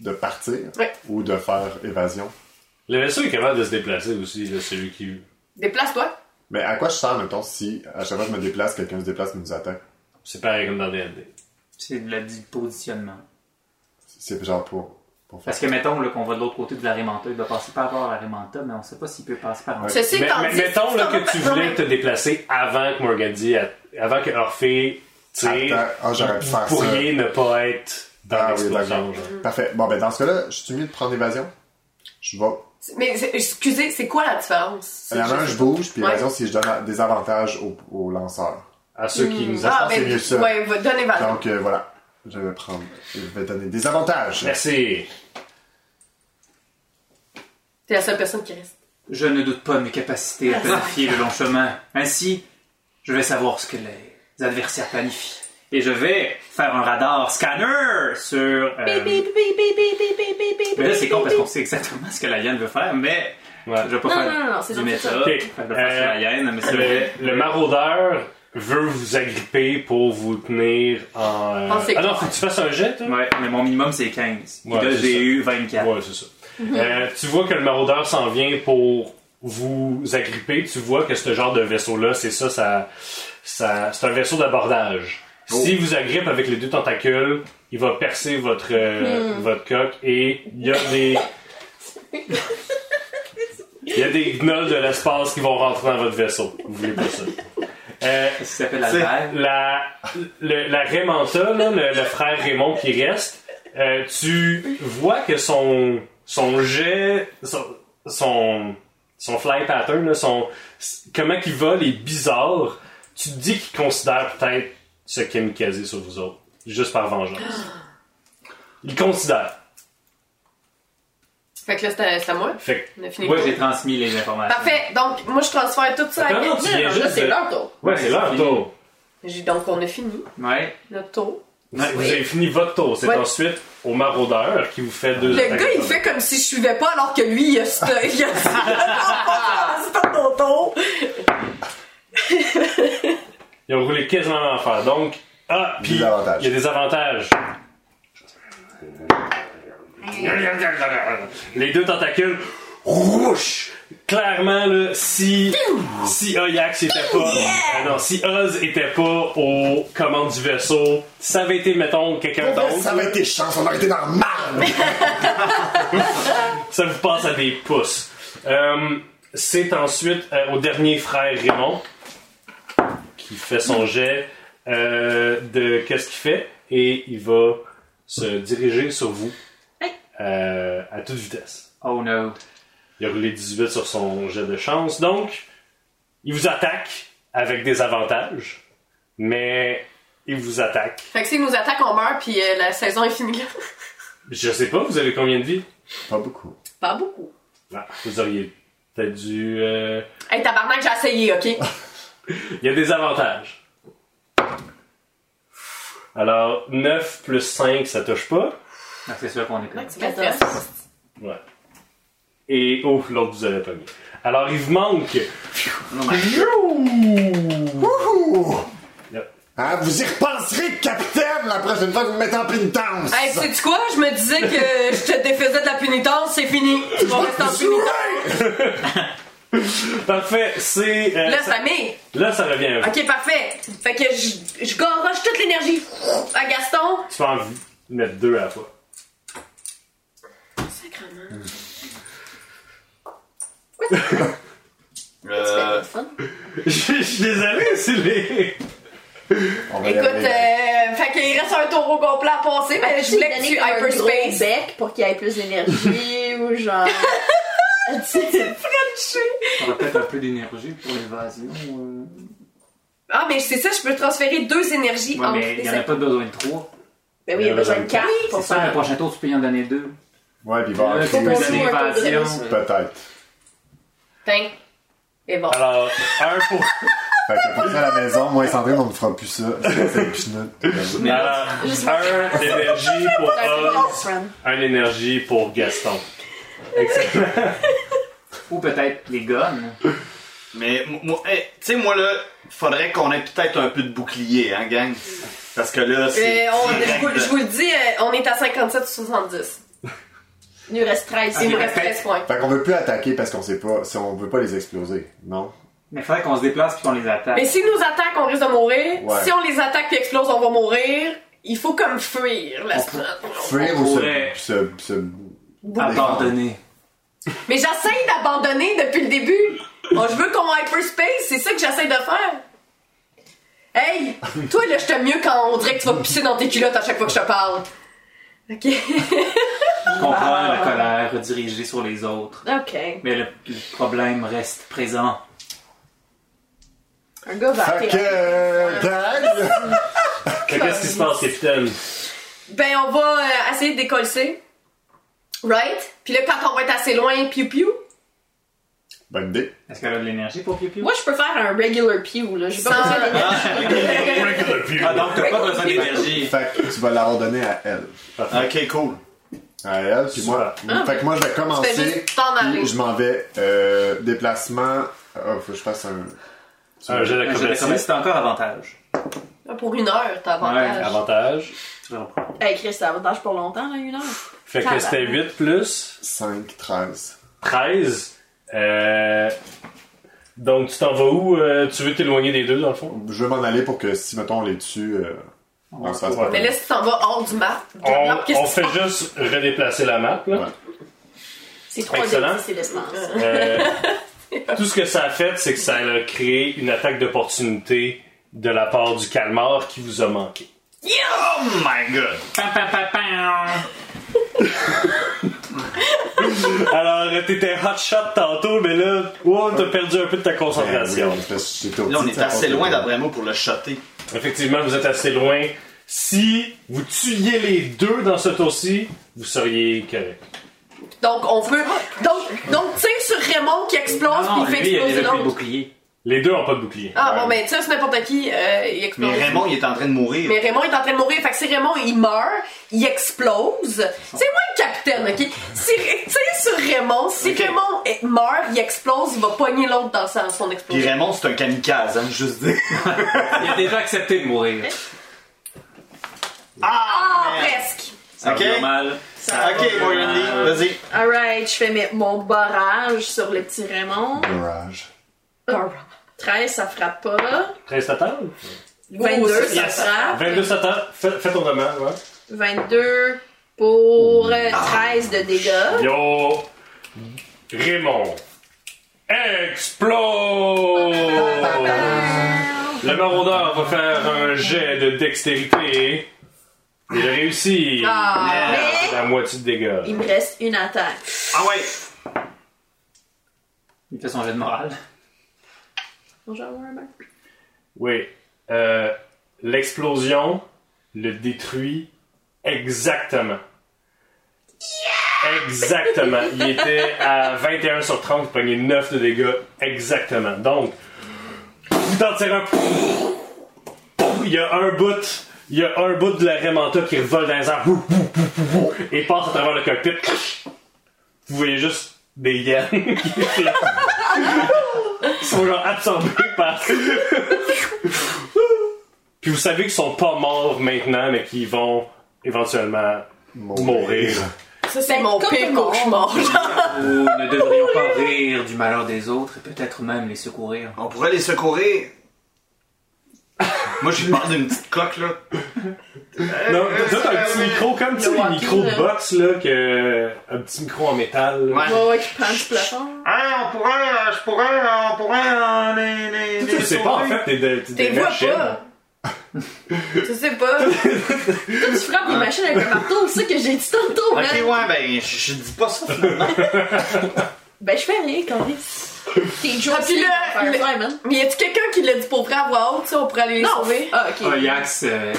Speaker 5: de partir
Speaker 2: Ouais.
Speaker 5: ou de faire évasion?
Speaker 1: Le vaisseau est capable de se déplacer aussi, là, celui qui.
Speaker 2: Déplace-toi.
Speaker 5: Mais à quoi je sers, mettons, si à chaque fois que je me déplace, quelqu'un se déplace et nous attaque?
Speaker 1: C'est pareil comme dans D&D.
Speaker 3: C'est de la- du positionnement.
Speaker 5: C'est genre pour, pour faire
Speaker 3: Parce que mettons là, qu'on va de l'autre côté de l'arémanta, il va passer par rapport à l'arémanta, mais on sait pas s'il peut passer par en
Speaker 5: Ouais.
Speaker 2: Ceci
Speaker 1: Mais,
Speaker 2: étant
Speaker 1: mais-
Speaker 2: dit,
Speaker 1: mettons
Speaker 2: si
Speaker 1: là,
Speaker 2: t'en vas
Speaker 1: que tu
Speaker 2: pas-
Speaker 1: voulais te déplacer avant que Morgandi, avant que Orphée tire,
Speaker 5: Attends, ah, j'aurais pu
Speaker 1: vous
Speaker 5: faire ça.
Speaker 1: pourriez ne pas être dans
Speaker 5: Ah oui,
Speaker 1: l'explosion.
Speaker 5: d'accord.
Speaker 1: genre.
Speaker 5: Parfait. Bon, ben dans ce cas-là, je suis mieux de prendre évasion. Je vais.
Speaker 2: Mais c'est- excusez, c'est quoi la différence?
Speaker 5: La main, je bouge, puis
Speaker 2: Ouais.
Speaker 5: évasion, si je donne un- des avantages au, au lanceur.
Speaker 1: À ceux qui nous
Speaker 2: Ah,
Speaker 5: pense que
Speaker 2: ben,
Speaker 5: c'est mieux ça.
Speaker 2: ouais, va- donnez valeur.
Speaker 5: Donc euh, voilà, je vais prendre. Je vais donner des avantages.
Speaker 1: Merci.
Speaker 2: T'es la seule personne qui reste.
Speaker 3: Je ne doute pas de mes capacités à planifier le long chemin. Ainsi, je vais savoir ce que les adversaires planifient. Et je vais faire un radar scanner sur. euh,
Speaker 4: Bip, bip, bip, bip, bip, bip, bip, bip, bip, bip,
Speaker 3: Mais là, c'est con parce
Speaker 4: bip,
Speaker 3: qu'on sait exactement ce que la hyène veut faire, mais
Speaker 1: Ouais.
Speaker 3: je vais pas
Speaker 4: Non,
Speaker 3: faire
Speaker 4: non, non, non, c'est
Speaker 3: du
Speaker 4: donc
Speaker 3: méta.
Speaker 4: ça.
Speaker 1: Ok. Euh,
Speaker 3: Fait que Je vais faire sur la hyène, mais c'est
Speaker 1: Le,
Speaker 3: vrai.
Speaker 1: le maraudeur veut vous agripper pour vous tenir en. euh,
Speaker 2: En sécurité.
Speaker 1: Ah non, faut que tu fasses un jet, toi?
Speaker 3: Ouais, mais mon minimum c'est 15. Puis
Speaker 1: Ouais,
Speaker 3: là,
Speaker 1: c'est ça.
Speaker 3: j'ai eu 24.
Speaker 1: Ouais, c'est ça. Euh, tu vois que le maraudeur s'en vient pour vous agripper. Tu vois que ce genre de vaisseau-là, c'est ça, ça, ça- c'est un vaisseau d'abordage. S'il vous agrippe avec les deux tentacules, il va percer votre, euh, votre coque et il y a des. Il y a des gnolls de l'espace qui vont rentrer dans votre vaisseau. Vous voulez pas ça. Euh,
Speaker 3: Qu'est-ce qui s'appelle
Speaker 1: c'est
Speaker 3: la
Speaker 1: la, le- la Raymanta, là, le, le frère Raymond qui reste, euh, tu vois que son, son jet, son, son, son fly pattern, là, son, comment qu'il vole est bizarre. Tu te dis qu'il considère peut-être ce kamikaze sur vous autres, juste par vengeance. Il considère.
Speaker 2: Fait que là, c'est à- c'est à moi.
Speaker 1: Fait que-
Speaker 2: On a fini.
Speaker 1: Ouais,
Speaker 3: Ouais, j'ai transmis les informations.
Speaker 2: Parfait. Donc, moi, je transfère tout ça à
Speaker 1: Attends, non,
Speaker 2: quelqu'un.
Speaker 1: tu viens
Speaker 4: Là,
Speaker 1: juste
Speaker 4: c'est
Speaker 1: de-
Speaker 4: leur tour.
Speaker 1: Ouais, c'est leur
Speaker 3: c'est
Speaker 1: tour.
Speaker 2: J'ai- Donc, on a fini
Speaker 3: Ouais.
Speaker 2: notre tour.
Speaker 1: Vous vous avez fini votre tour. C'est
Speaker 2: Ouais.
Speaker 1: ensuite au maraudeur qui vous fait deux
Speaker 2: Le
Speaker 1: attaques
Speaker 2: gars, il
Speaker 1: autonomes.
Speaker 2: fait comme si je suivais pas, alors que lui, il a ce. Il a ce. C'est pas ton tour.
Speaker 1: Ils ont roulé quasiment à l'enfer. Donc, ah, puis
Speaker 5: Des avantages.
Speaker 1: il y a des avantages. Les deux tentacules, rouge! Clairement, là, si, si Oyax était pas, Ah non, si Oz était pas aux commandes du vaisseau, ça avait été, mettons, quelqu'un d'autre,
Speaker 5: Ça va être tes chances, on aurait été dans le marbre!
Speaker 1: ça vous passe à des pouces. Euh, c'est ensuite euh, au dernier frère Raymond qui fait son jet euh, de qu'est-ce qu'il fait et il va se diriger sur vous
Speaker 4: Hey.
Speaker 1: euh, à toute vitesse.
Speaker 3: Oh no.
Speaker 1: Il a roulé 18 sur son jet de chance, donc il vous attaque avec des avantages, mais il vous attaque.
Speaker 2: Fait que s'il nous attaque, on meurt, puis euh, la saison est finie.
Speaker 1: Je sais pas, vous avez combien de vie
Speaker 5: Pas beaucoup.
Speaker 2: Pas beaucoup.
Speaker 1: Ah, Vous auriez T'as du. euh,
Speaker 2: Hey, tabarnak, j'ai essayé, ok?
Speaker 1: Il y a des avantages. Alors, 9 plus 5, ça touche pas.
Speaker 3: Donc, c'est sûr qu'on est plein.
Speaker 2: C'est ma
Speaker 4: Quatorze.
Speaker 2: fesse.
Speaker 1: Ouais. Et oh, l'autre vous avez pas mis. Alors il vous manque.
Speaker 5: Wouhou!
Speaker 1: Yep.
Speaker 5: Hein, vous y repenserez, capitaine, la prochaine fois que vous me mettez en pénitence!
Speaker 2: Hey, sais-tu quoi? Je me disais que je te défaisais de la punitence, c'est fini. Tu vas rester en punitence.
Speaker 1: Parfait, c'est. Ah. euh,
Speaker 2: Là,
Speaker 1: ça-
Speaker 2: ça m'est.
Speaker 1: là, ça revient à vous.
Speaker 2: Ok, parfait. Fait que je, je garoche toute l'énergie à Gaston.
Speaker 1: Tu peux en mettre deux à la fois.
Speaker 2: Sacrement.
Speaker 6: Euh,
Speaker 1: Je je suis désolé, c'est les.
Speaker 5: On va y
Speaker 2: Écoute,
Speaker 5: arriver.
Speaker 2: euh, fait qu'il reste un tour au complet à
Speaker 4: Euh,
Speaker 2: passer, mais je voulais que tu hyperspace.
Speaker 4: bec pour qu'il y ait plus d'énergie ou genre.
Speaker 3: On a peut-être un peu d'énergie pour l'évasion. euh.
Speaker 2: Ah, mais c'est ça, je peux transférer deux énergies
Speaker 3: Ouais,
Speaker 2: entre
Speaker 3: mais il
Speaker 2: les
Speaker 3: n'y en a pas besoin de trois.
Speaker 4: Ben oui, il y a besoin de quatre
Speaker 3: C'est
Speaker 4: pour
Speaker 3: ça, le
Speaker 4: faire.
Speaker 3: prochain tour, tu peux y en donner deux.
Speaker 5: Ouais, puis il va y avoir
Speaker 3: Là,
Speaker 5: un
Speaker 3: tu peux
Speaker 5: crime.
Speaker 4: bon,
Speaker 3: donner
Speaker 4: c'est un peu de
Speaker 3: évasion.
Speaker 4: risque.
Speaker 5: Peut-être.
Speaker 2: Tiens. Et bon.
Speaker 1: Alors, un pour.
Speaker 5: Fait que pour ça à la maison, moi et Sandrine, on ne fera plus ça. C'est épicineux.
Speaker 1: Alors, un d'énergie pour
Speaker 4: Euh,
Speaker 1: Oz, un énergie pour Gaston. Excellent.
Speaker 3: Ou peut-être les guns.
Speaker 6: mais moi- moi, hey, tu sais, moi là, faudrait qu'on ait peut-être un peu de bouclier, hein, gang? Parce que là, c'est.
Speaker 2: Euh, on- je,
Speaker 6: direct.
Speaker 2: vous, je vous le dis, euh, on est à 57-70.
Speaker 4: Il nous reste 13.
Speaker 1: Ah,
Speaker 2: Il me
Speaker 3: Ok,
Speaker 2: reste
Speaker 3: fait-
Speaker 2: 13 points.
Speaker 5: Fait qu'on veut plus attaquer parce qu'on sait pas, si on veut pas les exploser, non?
Speaker 3: Mais il faudrait qu'on se déplace puis qu'on les attaque.
Speaker 2: Mais s'ils nous attaquent, on risque de mourir.
Speaker 5: Ouais.
Speaker 2: Si on les attaque et explose, on va mourir. Il faut comme fuir la
Speaker 3: On
Speaker 2: semaine.
Speaker 5: Fuir
Speaker 3: On
Speaker 5: ou
Speaker 3: pourrait-
Speaker 5: se, se, se-
Speaker 3: Abandonner.
Speaker 2: Mais j'essaye d'abandonner depuis le début. Oh, je veux qu'on hyperspace, c'est ça que j'essaye de faire. Hey, toi là, je t'aime mieux quand on dirait que tu vas pisser dans tes culottes à chaque fois que je te parle. Ok.
Speaker 3: Je comprends
Speaker 2: Ah.
Speaker 3: la colère redirigée sur les autres.
Speaker 4: Ok.
Speaker 3: Mais le, le problème reste présent.
Speaker 4: Un gars va
Speaker 5: Fait que,
Speaker 4: atterrir.
Speaker 5: euh,
Speaker 2: Ah.
Speaker 5: Dag,
Speaker 1: Fait que Qu'est-ce qui se passe, capitaine?
Speaker 2: Ben, on va euh, essayer de décoller. Right? Puis là, quand on va être assez loin, piou piou.
Speaker 5: bonne idée.
Speaker 3: Est-ce qu'elle a de l'énergie pour Piu Piu?
Speaker 4: Moi, je peux faire un regular pew, là. J'ai pas
Speaker 2: Sans-
Speaker 4: besoin d'énergie.
Speaker 3: Ah, donc t'as pas besoin d'énergie.
Speaker 5: Fait que tu vas la redonner à elle.
Speaker 6: Ok, cool.
Speaker 5: À elle, puis moi. Fait que moi, je vais
Speaker 2: Ah, Tu fais
Speaker 5: commencer.
Speaker 2: juste t'en aller.
Speaker 5: puis Je m'en vais, euh, déplacement. Oh, faut que je fasse un.
Speaker 1: Un jeu
Speaker 3: Mais je recommande,
Speaker 1: d'acrobatie.
Speaker 3: c'est encore avantage.
Speaker 2: Là, Pour une heure, t'as avantage.
Speaker 3: Ouais,
Speaker 1: Avantage.
Speaker 3: Tu vas en prendre.
Speaker 4: Hey, Chris, ça avantage pour longtemps, là, une heure.
Speaker 1: Fait que c'était 8 plus.
Speaker 5: 5, 13.
Speaker 1: 13. Euh, donc, tu t'en vas où euh, Tu veux t'éloigner des deux, dans le fond
Speaker 5: Je veux m'en aller pour que si, mettons, on les tue, euh, on se fasse
Speaker 1: Ouais.
Speaker 5: pas.
Speaker 2: Mais là, si tu t'en vas hors du map, de
Speaker 1: On,
Speaker 2: map, qu'est-ce
Speaker 1: on
Speaker 2: que tu
Speaker 1: fait juste redéplacer la map. Là.
Speaker 5: Ouais.
Speaker 4: C'est 3
Speaker 1: Excellent.
Speaker 4: c'est l'espace.
Speaker 1: Euh, tout ce que ça a fait, c'est que ça a créé une attaque d'opportunité de la part du calmar qui vous a manqué.
Speaker 6: Oh my god!
Speaker 3: Pam, pam, pam, pam.
Speaker 1: Alors, euh, t'étais hot shot tantôt, mais là, wow, t'as perdu un peu de ta concentration.
Speaker 5: Ben
Speaker 6: Là, on est assez loin d'après moi pour le shotter.
Speaker 1: Effectivement, vous êtes assez loin. Si vous tuiez les deux dans ce tour-ci, vous seriez correct.
Speaker 2: Donc, on peut. Donc, donc tire sur Raymond qui
Speaker 3: Ah
Speaker 2: explose
Speaker 3: non,
Speaker 2: puis il
Speaker 3: lui,
Speaker 2: fait
Speaker 3: il a
Speaker 2: exploser
Speaker 3: déjà plus de
Speaker 2: l'autre.
Speaker 3: bouclier.
Speaker 1: Les deux ont pas de bouclier.
Speaker 2: Ah, bon, ben, tire sur n'importe qui, euh, il explose.
Speaker 6: Mais Raymond, il est en train de mourir.
Speaker 2: Mais Raymond est en train de mourir. Fait que si Raymond, il meurt, il explose. C'est moi le capitaine, ok? Si, tu sais, sur Raymond, si
Speaker 6: Ok.
Speaker 2: Raymond est- meurt, il explose, il va pogner l'autre dans sa- son
Speaker 6: Puis
Speaker 2: explosion.
Speaker 6: Raymond, c'est un kamikaze, hein, juste dire.
Speaker 3: Il a
Speaker 1: Ah!
Speaker 3: déjà accepté de mourir.
Speaker 2: Ah,
Speaker 6: merde.
Speaker 2: presque!
Speaker 3: Ça
Speaker 6: Ok.
Speaker 3: va bien mal.
Speaker 4: Ça
Speaker 6: ok,
Speaker 4: va.
Speaker 6: Morgan Lee, vas-y.
Speaker 4: Alright, je fais mes- mon barrage sur le petit Raymond.
Speaker 5: Courage.
Speaker 4: 13, ça frappe pas.
Speaker 2: ben-
Speaker 1: 13 total?
Speaker 4: 22,
Speaker 2: Oh,
Speaker 4: ça
Speaker 1: yes.
Speaker 4: frappe.
Speaker 1: 22 Satan, fais, fais ton dommage, ouais.
Speaker 4: 22
Speaker 6: Oh,
Speaker 4: pour euh, 13 de dégâts.
Speaker 1: Yo! Raymond! Explose! Le maraudeur va faire un jet de dextérité. Il a réussi!
Speaker 2: Ah,
Speaker 6: Merde.
Speaker 4: mais-
Speaker 1: La moitié de dégâts.
Speaker 4: Il me reste une attaque.
Speaker 6: Ah ouais!
Speaker 3: Il fait son jeu de morale.
Speaker 4: Bonjour, Warhammer.
Speaker 1: Oui. Euh, L'explosion le détruit exactement. Exactement. Il était à 21 sur 30, il pognait 9 de dégâts. Exactement. Donc, vous t'en tirez un. Il y a un bout. Il y a un bout de la Remanta qui revole dans les airs et passe à travers le cockpit. Vous voyez juste des yens qui qui sont genre absorbés par. Puis vous savez qu'ils sont pas morts maintenant, mais qu'ils vont éventuellement mourir.
Speaker 2: Ça, c'est
Speaker 4: Ben,
Speaker 2: mon
Speaker 4: comme tout
Speaker 2: pire
Speaker 4: le monde.
Speaker 2: cauchemar.
Speaker 3: Nous ne devrions pas rire du malheur des autres et peut-être même les secourir.
Speaker 6: On pourrait les secourir. Moi, je parle d'une petite coque, là.
Speaker 1: Non, t'as t'as un petit micro, comme tu sais, les
Speaker 4: walkie,
Speaker 1: micros de
Speaker 4: là.
Speaker 1: boxe, là, que. euh, Un petit micro en métal. là.
Speaker 6: Ouais.
Speaker 4: Ouais, ouais, qui prend du plafond.
Speaker 6: Ah, on pourrait, euh, je pourrais, euh, on pourrait, euh, les, les,
Speaker 1: Tu
Speaker 6: les
Speaker 1: sais pas, en
Speaker 6: sauver.
Speaker 1: fait, t'es de- t'es
Speaker 2: T'es
Speaker 1: des
Speaker 2: vois
Speaker 1: machines.
Speaker 2: pas. Je sais pas.
Speaker 4: Toi, tu frappes des machines avec un marteau, c'est ça que j'ai dit tantôt,
Speaker 6: Ah. Ok,
Speaker 4: hein.
Speaker 6: ouais, ben, je- je dis pas ça, finalement.
Speaker 4: Ben, je fais rien, quand même. T'es joué
Speaker 2: Ah, puis là, le- Mais y a-tu quelqu'un qui l'a dit pour vrai à voix haute, ça, on pourrait aller les
Speaker 4: Non!
Speaker 2: sauver?
Speaker 4: Ah, ok.
Speaker 3: Oliax, euh,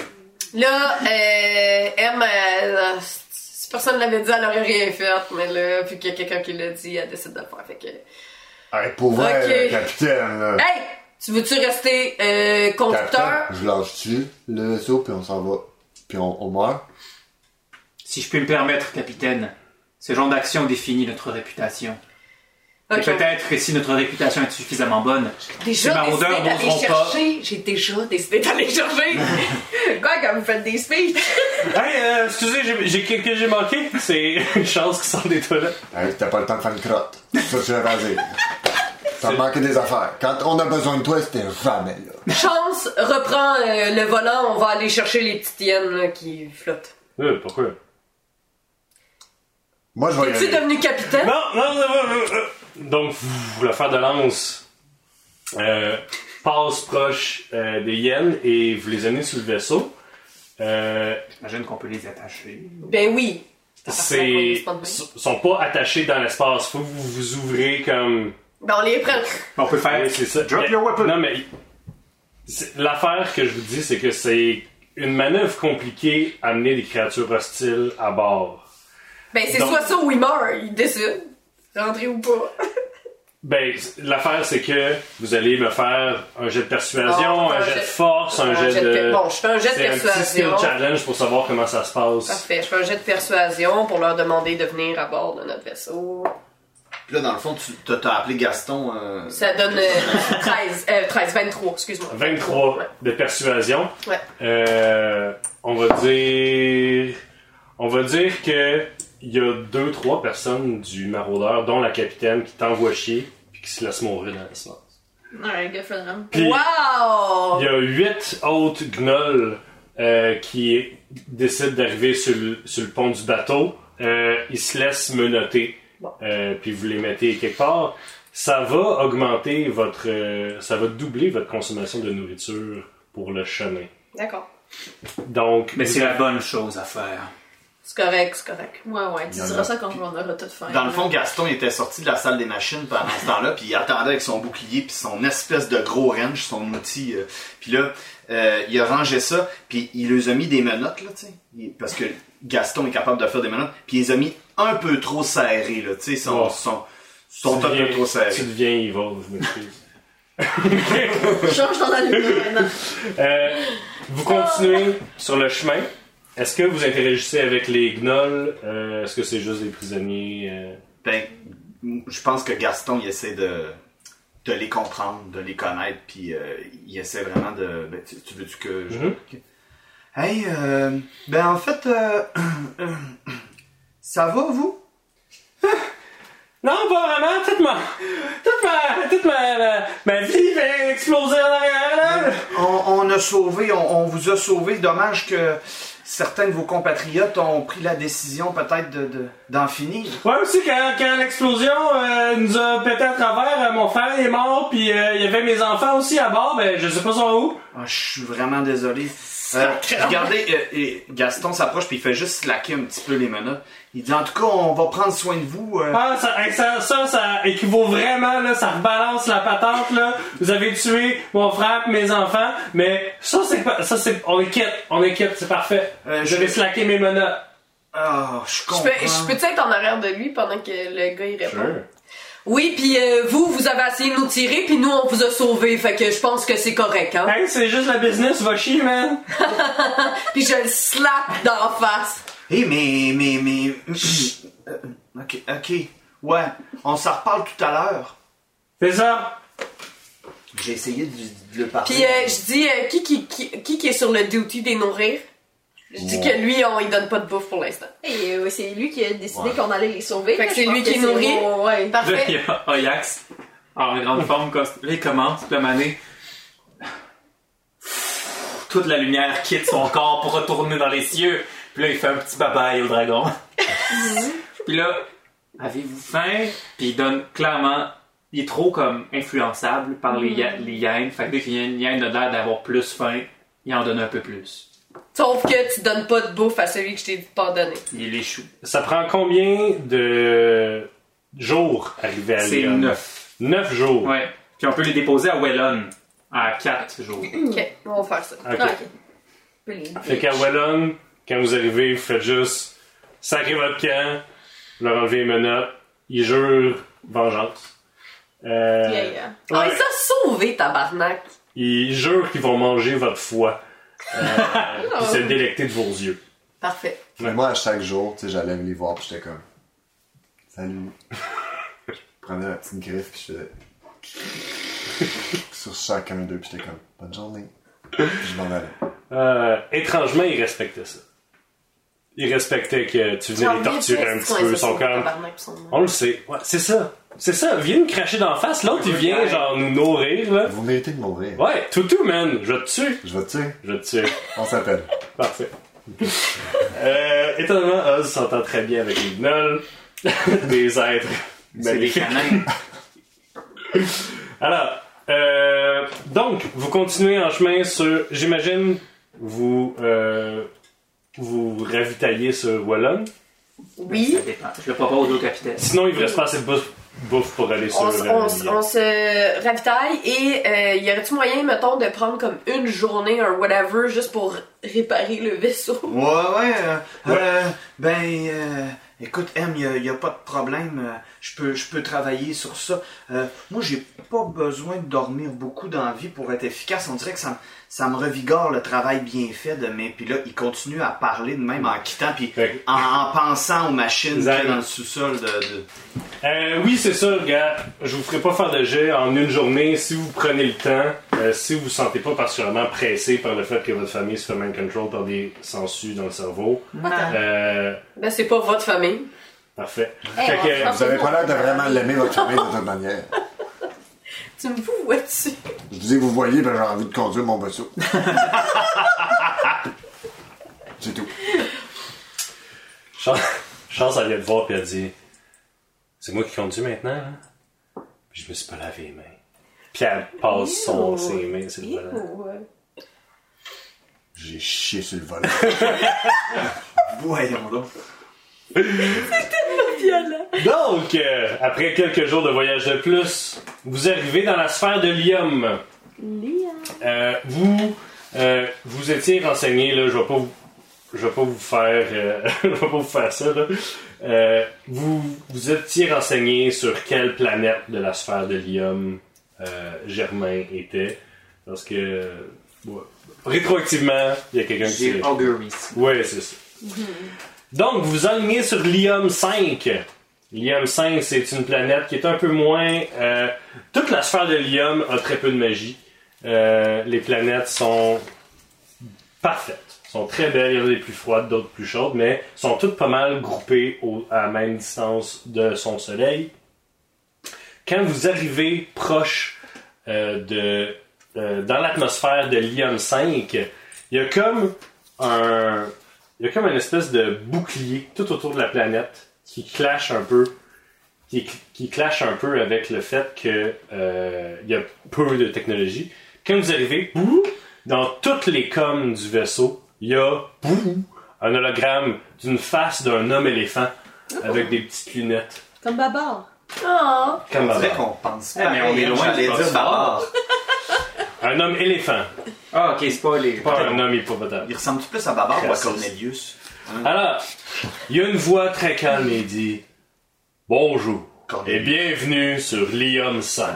Speaker 2: Là, euh, M, euh, si personne l'avait dit, elle aurait rien fait, mais là, puis qu'il y a quelqu'un qui l'a dit, elle décide de le faire, fait que...
Speaker 5: Hey, pour vrai,
Speaker 2: Ok.
Speaker 5: le capitaine, là.
Speaker 2: Hey! Tu veux-tu rester euh, conducteur?
Speaker 5: Capitaine, je lâche-tu le vaisseau, puis on s'en va. Puis on, on meurt.
Speaker 3: si je puis me permettre, capitaine, ce genre d'action définit notre réputation.
Speaker 2: Ok.
Speaker 3: Et peut-être que si notre réputation est suffisamment bonne,
Speaker 2: Déjà
Speaker 3: Les
Speaker 2: décidé
Speaker 3: maraudeurs
Speaker 2: d'aller
Speaker 3: n'oseront pas.
Speaker 2: chercher. J'ai déjà décidé d'aller chercher.
Speaker 4: Quoi, quand vous faites des speeches?
Speaker 1: Hey, euh, excusez, j'ai- j'ai quelqu'un que j'ai manqué. C'est une chance qui sort des toilettes.
Speaker 5: Hey, t'as pas le temps de faire une crotte. C'est ça que je vais dire. T'as manqué des affaires. Quand on a besoin de toi, c'était jamais là.
Speaker 2: Chance reprend euh, le volant. On va aller chercher les petites hyènes là, qui flottent.
Speaker 1: Euh, pourquoi?
Speaker 5: Moi, je vais y
Speaker 2: Es-tu
Speaker 5: aller.
Speaker 2: devenu capitaine?
Speaker 1: Non, non, non, non, non, non. Donc, vous, le fer de lance euh, passe proche euh, des hyènes et vous les amenez sur le vaisseau. Euh,
Speaker 3: j'imagine qu'on peut les attacher.
Speaker 2: Ben oui.
Speaker 1: c'est. s- sont pas attachés dans l'espace. Faut que vous vous ouvrez comme.
Speaker 2: Ben on les prend.
Speaker 3: On peut faire.
Speaker 1: Ouais, c'est ça.
Speaker 6: Drop
Speaker 1: Mais-
Speaker 6: your weapon.
Speaker 1: Non, mais c'est- l'affaire que je vous dis, c'est que c'est une manœuvre compliquée amener des créatures hostiles à bord.
Speaker 2: Ben c'est
Speaker 1: Donc-
Speaker 2: soit ça ou ils meurent. Ils décident. Rentrer ou pas.
Speaker 1: Ben, c'est- l'affaire, c'est que vous allez me faire un jet de persuasion,
Speaker 2: Bon,
Speaker 1: un jet de force, un, jet, de.
Speaker 2: Bon, je fais un jet de
Speaker 1: c'est un petit skill
Speaker 2: persuasion.
Speaker 1: challenge pour savoir comment ça se passe.
Speaker 2: Parfait. Je fais un jet de persuasion pour leur demander de venir à bord de notre vaisseau.
Speaker 6: Puis là, dans le fond, tu t'as t'as appelé Gaston. euh,
Speaker 2: Ça donne euh, 13, euh, 13, 23, excuse-moi.
Speaker 1: 23
Speaker 2: Ouais.
Speaker 1: de persuasion.
Speaker 2: Ouais.
Speaker 1: Euh, on va dire. On va dire que il y a deux, trois personnes du maraudeur, dont la capitaine, qui t'envoie chier puis qui se laisse mourir dans l'espace.
Speaker 4: Ouais, good for them.
Speaker 1: Puis
Speaker 2: wow!
Speaker 1: il y a huit autres gnolls euh, qui décident d'arriver sur, le- sur le pont du bateau. Euh, ils se laissent menotter.
Speaker 2: Bon.
Speaker 1: Euh, puis vous les mettez quelque part. Ça va augmenter votre. euh, ça va doubler votre consommation de nourriture pour le chemin.
Speaker 2: D'accord.
Speaker 1: Donc,
Speaker 3: Mais c'est la bonne chose à faire.
Speaker 2: C'est correct, c'est correct.
Speaker 4: Ouais, ouais, tu
Speaker 5: Il y en
Speaker 4: diras
Speaker 5: a.
Speaker 4: ça quand on aura tout fait.
Speaker 6: Dans le fond, Gaston il était sorti de la salle des machines pendant ce temps-là, puis il attendait avec son bouclier, puis son espèce de gros wrench, son outil. euh, puis là, euh, il a rangé ça, puis il les a mis des menottes, là, tu sais. Il- Parce que Gaston est capable de faire des menottes, puis il les a mis un peu trop serrés, là, tu sais. Son,
Speaker 1: Ouais.
Speaker 6: son,
Speaker 1: tu
Speaker 6: son top un peu
Speaker 1: deviens-
Speaker 6: trop
Speaker 1: Tu
Speaker 6: serré.
Speaker 1: deviens evil, je m'excuse.
Speaker 4: Change ton allure maintenant.
Speaker 1: Euh, vous continuez sur le chemin. Est-ce que vous interagissez avec les gnolls? Euh, Est-ce que c'est juste des prisonniers? euh?
Speaker 6: Ben, je pense que Gaston, il essaie de, de les comprendre, de les connaître, puis euh, il essaie vraiment de. Ben, tu, tu veux-tu que je.
Speaker 1: Mhm.
Speaker 6: Hey, euh, ben en fait, euh, euh, ça va vous?
Speaker 1: Non, pas vraiment. Toute ma, toute ma, toute ma, ma, ma vie va exploser en arrière. là.
Speaker 6: On, on a sauvé, on, on vous a sauvé. Dommage que certains de vos compatriotes ont pris la décision peut-être de, de- d'en finir.
Speaker 1: Ouais, aussi, quand, quand l'explosion euh, nous a pété à travers, euh, mon frère est mort, puis euh, il y avait mes enfants aussi à bord, ben je sais pas son où.
Speaker 6: Ah, je suis vraiment désolé. Euh, regardez, euh, et Gaston s'approche puis il fait juste slacker un petit peu les menottes. Il dit en tout cas, on va prendre soin de vous. euh,
Speaker 1: Ah, ça, hey, ça, ça, ça équivaut vraiment, là, ça rebalance la patente, là. Vous avez tué mon frère pis mes enfants, mais ça, c'est pas, ça, c'est, on est quitte, on est quitte, c'est parfait.
Speaker 6: Euh,
Speaker 1: je
Speaker 6: je-
Speaker 1: vais slacker mes menottes.
Speaker 6: Ah, je
Speaker 2: Je
Speaker 6: comprends.
Speaker 2: peux, je peux-tu être en arrière de lui pendant que le gars il répond?
Speaker 1: Sure.
Speaker 2: Oui, puis euh, vous, vous avez essayé de nous tirer, puis nous, on vous a sauvés, fait que je pense que c'est correct, hein?
Speaker 1: Hey, c'est juste la business, va chier, man!
Speaker 2: Puis je le slap d'en face.
Speaker 6: Eh, mais, mais, mais. Euh, ok, ok. Ouais, on s'en reparle tout à l'heure.
Speaker 1: C'est ça!
Speaker 6: J'ai essayé de, lui- de le parler.
Speaker 2: Puis euh, je dis, euh, qui, qui, qui, qui qui est sur le duty des nourrir? Je dis que lui, on lui donne pas de bouffe pour l'instant.
Speaker 4: Et euh, ouais, c'est lui qui a décidé
Speaker 6: Ouais.
Speaker 4: qu'on allait les sauver.
Speaker 2: Fait que
Speaker 4: là,
Speaker 2: c'est
Speaker 4: je pense
Speaker 2: lui qui
Speaker 4: que
Speaker 2: nourrit.
Speaker 4: c'est mon- ouais.
Speaker 3: Il y
Speaker 2: Parfait.
Speaker 3: a Oyax en grande forme, comme là, il commence, puis là, mané. Toute la lumière quitte son corps pour retourner dans les cieux. Puis là, il fait un petit babaille au dragon. puis là, avez-vous faim? Puis il donne clairement. Il est trop comme influençable par les, ya- les hyènes. Fait que dès qu'il y a une hyène a l'air d'avoir plus faim, il en donne un peu plus.
Speaker 2: Sauf que tu donnes pas de bouffe à celui que je t'ai dit de pas donner.
Speaker 3: Il échoue.
Speaker 1: Ça prend combien de jours arriver à
Speaker 3: C'est
Speaker 1: Lyon?
Speaker 3: neuf.
Speaker 1: Neuf jours.
Speaker 3: Ouais. Puis on peut les déposer à Wellon à 4 jours.
Speaker 2: Ok, on va faire ça.
Speaker 1: Ok.
Speaker 4: Ah, ok. Puis les-
Speaker 1: Fait qu'à Wallon, quand vous arrivez, vous faites juste sacrer votre camp, leur enlever les menottes, ils jurent vengeance. Euh,
Speaker 4: Yeah, yeah.
Speaker 2: Ah,
Speaker 1: ouais,
Speaker 2: il t'a sauvé, tabarnak.
Speaker 1: Ils jurent qu'ils vont manger votre foie. Euh, puis se délecter de vos yeux.
Speaker 2: Parfait.
Speaker 5: Mais moi, à chaque jour, tu sais, j'allais me les voir, puis j'étais comme. Salut. je prenais la petite griffe, puis je faisais. sur chacun d'eux, puis j'étais comme. Bonne journée. Puis je m'en allais.
Speaker 1: Euh, étrangement, ils respectaient ça. Ils respectaient que tu venais les torturer un petit peu. Ils sont comme. On le sait. Ouais, c'est ça. C'est ça. Viens nous cracher d'en face. L'autre, il vient genre nous nourrir, là.
Speaker 5: Vous méritez de mourir.
Speaker 1: Ouais, toutou, man. Je vais te tuer.
Speaker 5: Je vais te tuer.
Speaker 1: Je vais te tuer.
Speaker 5: On s'appelle.
Speaker 1: Parfait. euh, étonnamment, Oz s'entend très bien avec les gnolls, des êtres
Speaker 3: C'est des
Speaker 1: magnifiques.
Speaker 3: canins.
Speaker 1: Alors, euh, donc, vous continuez en chemin sur, j'imagine, vous euh, vous ravitaillez sur Wallon.
Speaker 2: Oui.
Speaker 1: Oh,
Speaker 3: Ça dépend. Je le propose au capitaine.
Speaker 1: Sinon, il vous reste pas assez de bouffe, bouffe pour aller sur
Speaker 2: On, s- on
Speaker 1: euh,
Speaker 2: s-
Speaker 1: Lyon.
Speaker 2: on se ravitaille et euh, y aurait-tu moyen, mettons, de prendre comme une journée, un whatever, juste pour réparer le vaisseau?
Speaker 6: Ouais, ouais. euh,
Speaker 1: Ouais.
Speaker 6: euh, ben, euh, écoute, M, il n'y a, pas de problème. euh, Je peux, je peux travailler sur ça. Euh, moi, j'ai pas besoin de dormir beaucoup dans la vie pour être efficace. On dirait que ça, me- ça me revigore le travail bien fait de mes. Puis là, il continue à parler de même en quittant, puis
Speaker 1: Fait
Speaker 6: en, en pensant aux machines qu'il y a
Speaker 1: Zach.
Speaker 6: dans le sous-sol de. de-
Speaker 1: Euh, oui, c'est ça, gars. Je vous ferai pas faire de jet en une journée si vous prenez le temps, euh, si vous vous sentez pas particulièrement pressé par le fait que votre famille se fait mind control par des sangsues dans le cerveau. Euh,
Speaker 2: Ben, c'est pas votre famille.
Speaker 1: parfait.
Speaker 4: Eh,
Speaker 1: Fait
Speaker 4: on
Speaker 1: que-
Speaker 4: fera
Speaker 5: Vous avez pas l'air de vraiment l'aimer, votre famille, de toute manière.
Speaker 2: Tu me vois dessus.
Speaker 5: Je disais, vous voyez, ben, j'ai envie de conduire mon vaisseau. C'est tout.
Speaker 1: Chance, Chance elle vient te voir puis elle dit C'est moi qui conduis maintenant, hein? Puis je me suis pas lavé les mains. Puis elle passe son,
Speaker 4: Ew.
Speaker 1: ses mains, c'est le
Speaker 4: Ew.
Speaker 1: volant.
Speaker 5: J'ai chié sur le volant.
Speaker 6: Voyons donc.
Speaker 1: Donc, euh, après quelques jours de voyage de plus, vous arrivez dans la sphère de Lium. Euh, vous, euh, vous étiez renseigné, là, je vais pas vous, je vais pas vous faire, euh, je vais pas vous faire ça, là. Euh, vous, vous étiez renseigné sur quelle planète de la sphère de Lium euh, Germain était, parce que euh, ouais, rétroactivement, il y a quelqu'un qui s'est-
Speaker 3: J'ai auguries.
Speaker 1: Ouais, c'est ça. Donc, vous vous alignez sur l'IOM 5. L'IOM 5, c'est une planète qui est un peu moins. euh, toute la sphère de l'IOM a très peu de magie. Euh, les planètes sont parfaites. sont très belles. Il y en a des plus froides, d'autres plus chaudes, mais sont toutes pas mal groupées au- à la même distance de son soleil. Quand vous arrivez proche euh, de. euh, dans l'atmosphère de l'IOM 5, il y a comme un. Il y a comme une espèce de bouclier tout autour de la planète qui clash un peu. Qui, qui clash un peu avec le fait que euh, il y a peu de technologie. Quand vous arrivez, bouh, dans toutes les coms du vaisseau, il y a bouh, un hologramme d'une face d'un homme éléphant avec des petites lunettes.
Speaker 4: Comme Babar.
Speaker 2: Oh.
Speaker 1: Comme
Speaker 6: On dirait
Speaker 1: avant.
Speaker 6: qu'on pense
Speaker 3: Eh,
Speaker 6: pas.
Speaker 3: mais on est loin
Speaker 6: J'allais
Speaker 3: du
Speaker 6: dire
Speaker 3: Barbare.
Speaker 6: Barbare.
Speaker 1: Un homme éléphant,
Speaker 3: Ah, ok, c'est pas les.
Speaker 1: pas un homme hippopotame.
Speaker 6: Il ressemble plus à Babar ou à
Speaker 1: Raciste.
Speaker 6: Cornelius
Speaker 1: Alors, il y a une voix très calme et dit Bonjour et bienvenue sur l'IOM 5.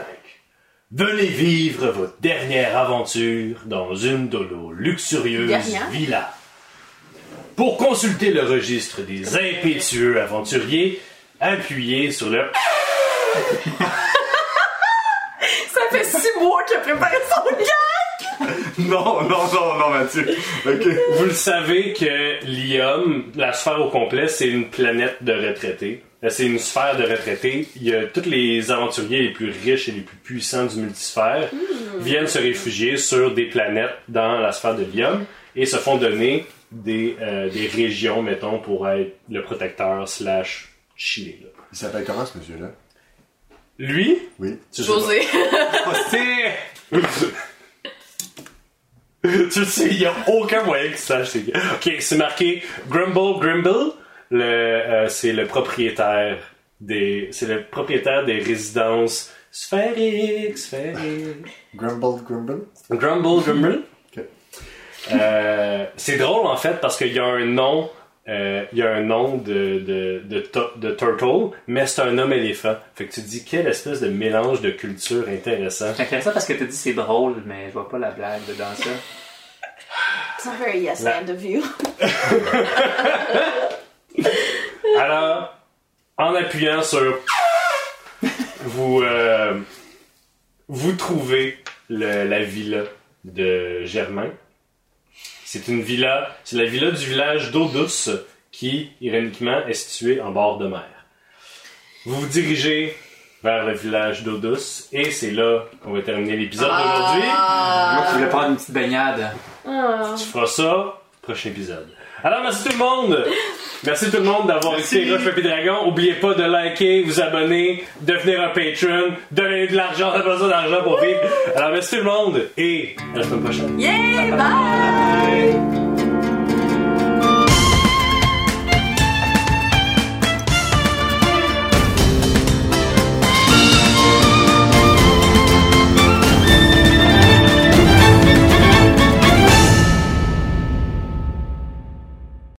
Speaker 1: Venez vivre votre dernière aventure dans une de nos luxurieuses
Speaker 4: Dernière?
Speaker 1: villas. Pour consulter le registre des impétueux aventuriers, appuyez sur le
Speaker 2: Ça fait six mois qu'il a préparé son gars!
Speaker 6: Non, non, non, non, Mathieu. OK.
Speaker 1: Vous le savez que l'IOM, la sphère au complet, c'est une planète de retraités. Euh, C'est une sphère de retraités. Il y a tous les aventuriers les plus riches et les plus puissants du multisphère viennent se réfugier sur des planètes dans la sphère de l'IOM et se font donner des, euh, des régions, mettons, pour être le protecteur slash chiller. là.
Speaker 5: Il s'appelle comment ce monsieur-là
Speaker 1: Lui,
Speaker 5: Oui.
Speaker 1: tu sais
Speaker 2: José.
Speaker 1: pas. C'est- tu le sais, il n'y a aucun moyen que tu saches. c'est qui. Ok, c'est marqué Grumble Grimble. Le, euh, c'est le propriétaire des, c'est le propriétaire des résidences sphériques, sphériques.
Speaker 5: Grumble Grumble
Speaker 1: Grumble Grumble.
Speaker 5: Ok.
Speaker 1: Euh, c'est drôle en fait parce qu'il y a un nom, euh, il y a un nom de de, de, to- de turtle, mais c'est un homme éléphant. Fait que tu te dis quelle espèce de mélange de culture intéressant.
Speaker 3: C'est intéressant parce que t'as dit c'est drôle, mais je vois pas la blague dedans ça.
Speaker 4: It's a very yes
Speaker 1: La-
Speaker 4: land of you.
Speaker 1: Alors, en appuyant sur vous euh, vous trouvez le- la villa de Germain. C'est une villa, c'est la villa du village d'eau douce qui ironiquement est située en bord de mer. Vous vous dirigez vers le village d'eau douce et c'est là qu'on va terminer l'épisode d'aujourd'hui.
Speaker 3: Moi, je voulais prendre une petite baignade.
Speaker 4: Ah.
Speaker 1: Tu feras ça, prochain épisode. Alors, merci tout le monde! Merci tout le monde d'avoir été Rush Papy Dragon. Oubliez pas de liker, vous abonner, devenir un patron, donner de l'argent, on a besoin d'argent pour vivre. Alors, merci tout le monde et à la semaine prochaine.
Speaker 2: Yeah! Bye!
Speaker 1: Bye.